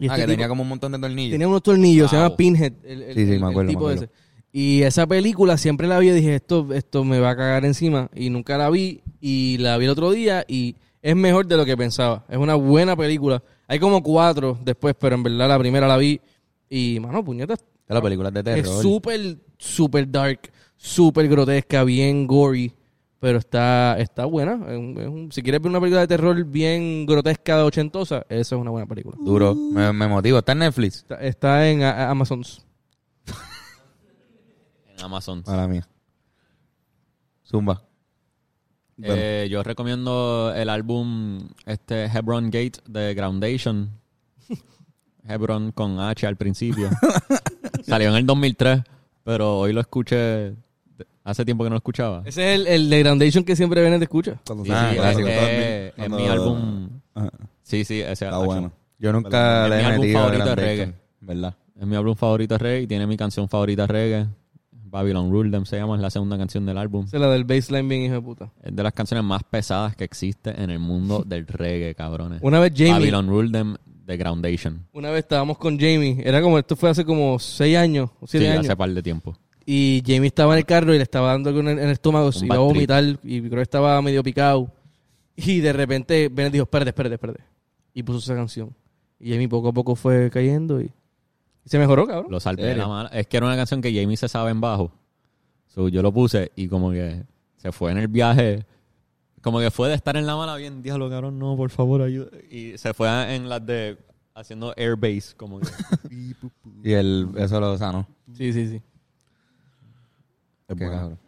Speaker 4: Y
Speaker 6: ah,
Speaker 4: este
Speaker 6: que
Speaker 4: tipo-
Speaker 6: tenía como un montón de tornillos.
Speaker 4: Tenía unos tornillos, se
Speaker 1: Wow.
Speaker 4: llama Pinhead, el, el-
Speaker 6: Sí, sí, me
Speaker 4: el
Speaker 6: acuerdo,
Speaker 4: tipo
Speaker 6: me acuerdo.
Speaker 4: ese. Y esa película siempre la vi y dije, esto, esto me va a cagar encima. Y nunca la vi. Y la vi el otro día y es mejor de lo que pensaba. Es una buena película. Hay como cuatro después, pero en verdad la primera la vi. Y, mano, puñetas.
Speaker 6: De las películas de
Speaker 4: Es
Speaker 6: terror.
Speaker 4: súper, súper dark, súper grotesca, bien gory. Pero está, está buena. Es un- es un- si quieres ver una película de terror bien grotesca, de ochentosa, esa es una buena película.
Speaker 6: Duro. Me, me motivo. Está en Netflix.
Speaker 4: Está, está en a- a- Amazon.
Speaker 1: en Amazon.
Speaker 5: Ah,
Speaker 6: Mala mía. Zumba.
Speaker 5: Bueno.
Speaker 1: Eh, yo recomiendo el álbum este Hebron Gate de Groundation. Hebron con H al principio. Salió en el 2003, pero hoy lo escuché. Hace tiempo que no lo escuchaba.
Speaker 4: Ese es el, el de Groundation que siempre viene te escucha.
Speaker 5: Cuando
Speaker 1: Sí,
Speaker 5: se-
Speaker 6: Ah,
Speaker 1: sí,
Speaker 5: cuando-
Speaker 1: es,
Speaker 6: clásico.
Speaker 1: es- es
Speaker 5: cuando-
Speaker 1: mi álbum.
Speaker 5: Ajá.
Speaker 1: Sí, sí, ese
Speaker 5: Está
Speaker 1: álbum.
Speaker 5: bueno.
Speaker 6: Yo nunca
Speaker 1: Es
Speaker 6: le
Speaker 1: mi
Speaker 6: he
Speaker 1: álbum
Speaker 6: metido
Speaker 1: favorito
Speaker 6: Grand
Speaker 1: de
Speaker 6: Dayton,
Speaker 1: reggae.
Speaker 6: ¿Verdad?
Speaker 1: Es mi álbum favorito de reggae y tiene mi canción favorita de reggae. Babylon Rule se llama, es la segunda canción del álbum.
Speaker 4: Esa es la del baseline bien hijo de puta.
Speaker 1: Es de las canciones más pesadas que existe en el mundo del reggae, cabrones.
Speaker 4: Una vez Jamie,
Speaker 1: Babylon Rule Them de Groundation.
Speaker 4: una vez estábamos con Jamie, era como, esto fue hace como seis años, o
Speaker 1: Sí,
Speaker 4: siete años.
Speaker 1: hace par de tiempo.
Speaker 4: Y Jamie estaba en el carro y le estaba dando algo en el, en el estómago, se
Speaker 1: Un
Speaker 4: iba a
Speaker 1: bad
Speaker 4: vomitar y creo que estaba medio picado. Y de repente Bennett dijo, espérate, espérate, espérate. Y puso esa canción. Y Jamie poco a poco fue cayendo y, y se mejoró, cabrón.
Speaker 1: Lo salvé de la mala. Es que era una canción que Jamie se sabe en bajo. So, yo lo puse y como que se fue en el viaje. Como que fue de estar en la mala bien, diablo, cabrón, no, por favor, ayuda. Y se fue a- en las de haciendo airbase, como que.
Speaker 6: Y él, eso lo sanó.
Speaker 4: Sí, sí, sí.
Speaker 5: Es
Speaker 6: Qué
Speaker 5: bueno.
Speaker 6: cabrón.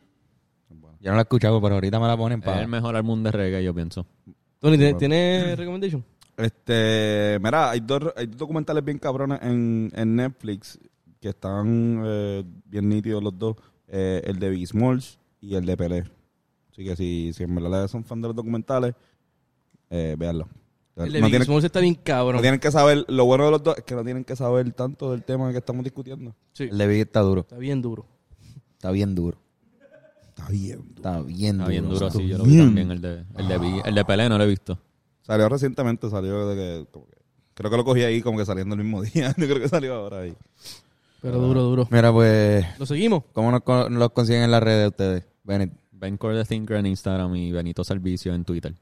Speaker 6: Yo no lo he escuchado, pero ahorita me la ponen
Speaker 1: es
Speaker 6: para.
Speaker 1: el mejor álbum de reggae, yo pienso.
Speaker 4: Tony, ¿tienes, ¿tienes recommendation?
Speaker 5: Este, mira, hay dos, hay dos documentales bien cabrones en, en Netflix que están eh, bien nítidos los dos. Eh, el de Bismolch y el de Pelé. Así que si, si en verdad son fan de los documentales, eh, véanlo.
Speaker 4: El de
Speaker 5: no,
Speaker 4: Biggie
Speaker 5: tienen,
Speaker 4: Smalls está bien
Speaker 5: no
Speaker 4: cabrón.
Speaker 5: tienen que saber, lo bueno de los dos es que no tienen que saber tanto del tema que estamos discutiendo.
Speaker 4: Sí,
Speaker 6: El de Big está duro.
Speaker 4: está bien duro.
Speaker 6: Está bien duro.
Speaker 5: Está bien.
Speaker 6: Está bien
Speaker 1: Está
Speaker 6: duro.
Speaker 1: bien duro, sí, yo lo vi
Speaker 5: bien.
Speaker 1: también. El de, el de, Biggie- el de Pelé no lo he visto.
Speaker 5: Salió recientemente, salió de que, como que- creo que lo cogí ahí como que saliendo el mismo día. Yo creo que salió ahora ahí. Ah.
Speaker 4: Pero duro, duro.
Speaker 6: Mira, pues,
Speaker 4: ¿Lo seguimos?
Speaker 6: ¿cómo nos con- los consiguen en las redes ustedes? Bennett.
Speaker 1: Ben Core the Thinker en Instagram y Benito Servicio en Twitter.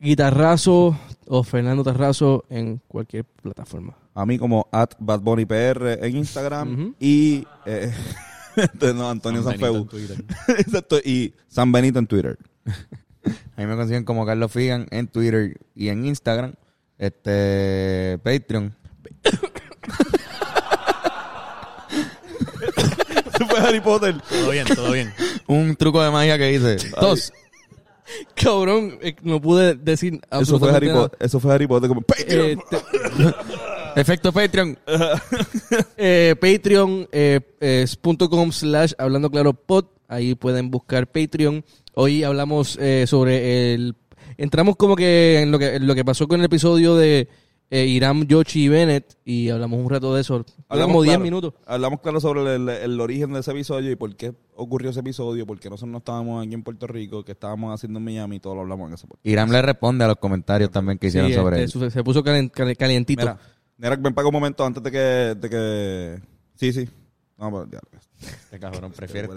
Speaker 4: Guitarrazo o Fernando Tarrazo en cualquier plataforma.
Speaker 5: A mí como at Bad Bunny PR en Instagram y eh, entonces, no, Antonio
Speaker 1: San Benito en
Speaker 5: Sanfeu.
Speaker 1: Twitter.
Speaker 5: Exacto, y San Benito en Twitter.
Speaker 6: A mí me consiguen como Carlos Figan en Twitter y en Instagram. Este, Patreon.
Speaker 5: Eso fue Harry Potter.
Speaker 1: Todo bien, todo bien.
Speaker 6: Un truco de magia que hice. Tos.
Speaker 4: Cabrón, eh, no pude decir
Speaker 5: Eso fue
Speaker 4: absolutamente
Speaker 5: Harry
Speaker 4: nada.
Speaker 5: Potter. Eso fue Harry Potter como Patreon.
Speaker 4: Eh, te-
Speaker 6: Efecto Patreon.
Speaker 4: Eh, Patreon eh, es punto com slash hablando claro pod. Ahí pueden buscar Patreon. Hoy hablamos eh, sobre el. Entramos como que en lo que, en lo que pasó con el episodio de eh, Iram, Yoshi y Bennett. Y hablamos un rato de eso. Hablamos como 10
Speaker 5: claro-
Speaker 4: minutos.
Speaker 5: Hablamos claro sobre el, el origen de ese episodio y por qué ocurrió ese episodio, por qué nosotros no estábamos aquí en Puerto Rico, que estábamos haciendo en Miami, y todo lo hablamos en ese podcast.
Speaker 6: Irán le responde a los comentarios también que hicieron
Speaker 4: Sí,
Speaker 6: sobre
Speaker 4: este,
Speaker 6: él.
Speaker 4: su- se puso calen- calen- calientito.
Speaker 5: Mira, Nerak, ven para un momento antes de que... De que... Sí, sí. No, pero ya.
Speaker 6: Este cabrón prefiere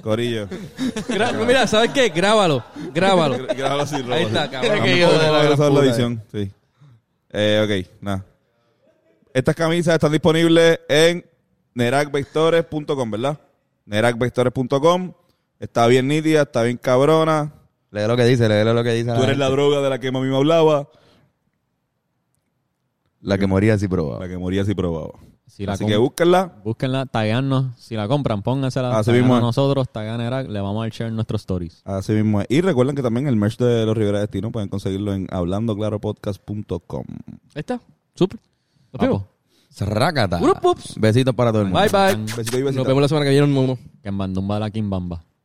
Speaker 5: Corillo.
Speaker 4: Gra- mira, ¿sabes qué? Grábalo. Grábalo.
Speaker 5: Grábalo así, Robo.
Speaker 4: Ahí está, cabrón.
Speaker 5: También
Speaker 6: yo de
Speaker 5: podemos
Speaker 6: la gran
Speaker 5: regresar a la
Speaker 6: puta,
Speaker 5: edición, sí. Eh, ok, nada. Estas camisas están disponibles en neracvectores.com, ¿verdad? neracvectores.com. Está bien nítida, está bien cabrona.
Speaker 6: Lee lo que dice, lee lo que dice. a
Speaker 5: Tú eres la
Speaker 6: gente.
Speaker 5: droga de la que mami me hablaba.
Speaker 6: La que moría si
Speaker 5: La
Speaker 6: probaba.
Speaker 5: que moría si probaba.
Speaker 1: Si la
Speaker 5: Así
Speaker 1: com-
Speaker 5: que búsquenla.
Speaker 1: búsquenla, taguearnos. Si la compran, póngansela.
Speaker 5: Así
Speaker 1: Así
Speaker 5: mismo es.
Speaker 1: nosotros, taguean a Irak, le vamos a share en nuestros stories.
Speaker 5: Así mismo es. Y recuerden que también el merch de los Rivera Destino pueden conseguirlo en hablandoclaropodcast.com.
Speaker 4: Ahí está. Súper. Nos vemos.
Speaker 1: Papo,
Speaker 6: Rácata.
Speaker 4: Unos pups.
Speaker 6: Besitos para todo el mundo.
Speaker 4: Bye, bye.
Speaker 5: Besito y
Speaker 4: Nos
Speaker 5: besito.
Speaker 4: vemos la semana que viene. Nos vemos.
Speaker 1: que en Bandumba la Kimbamba.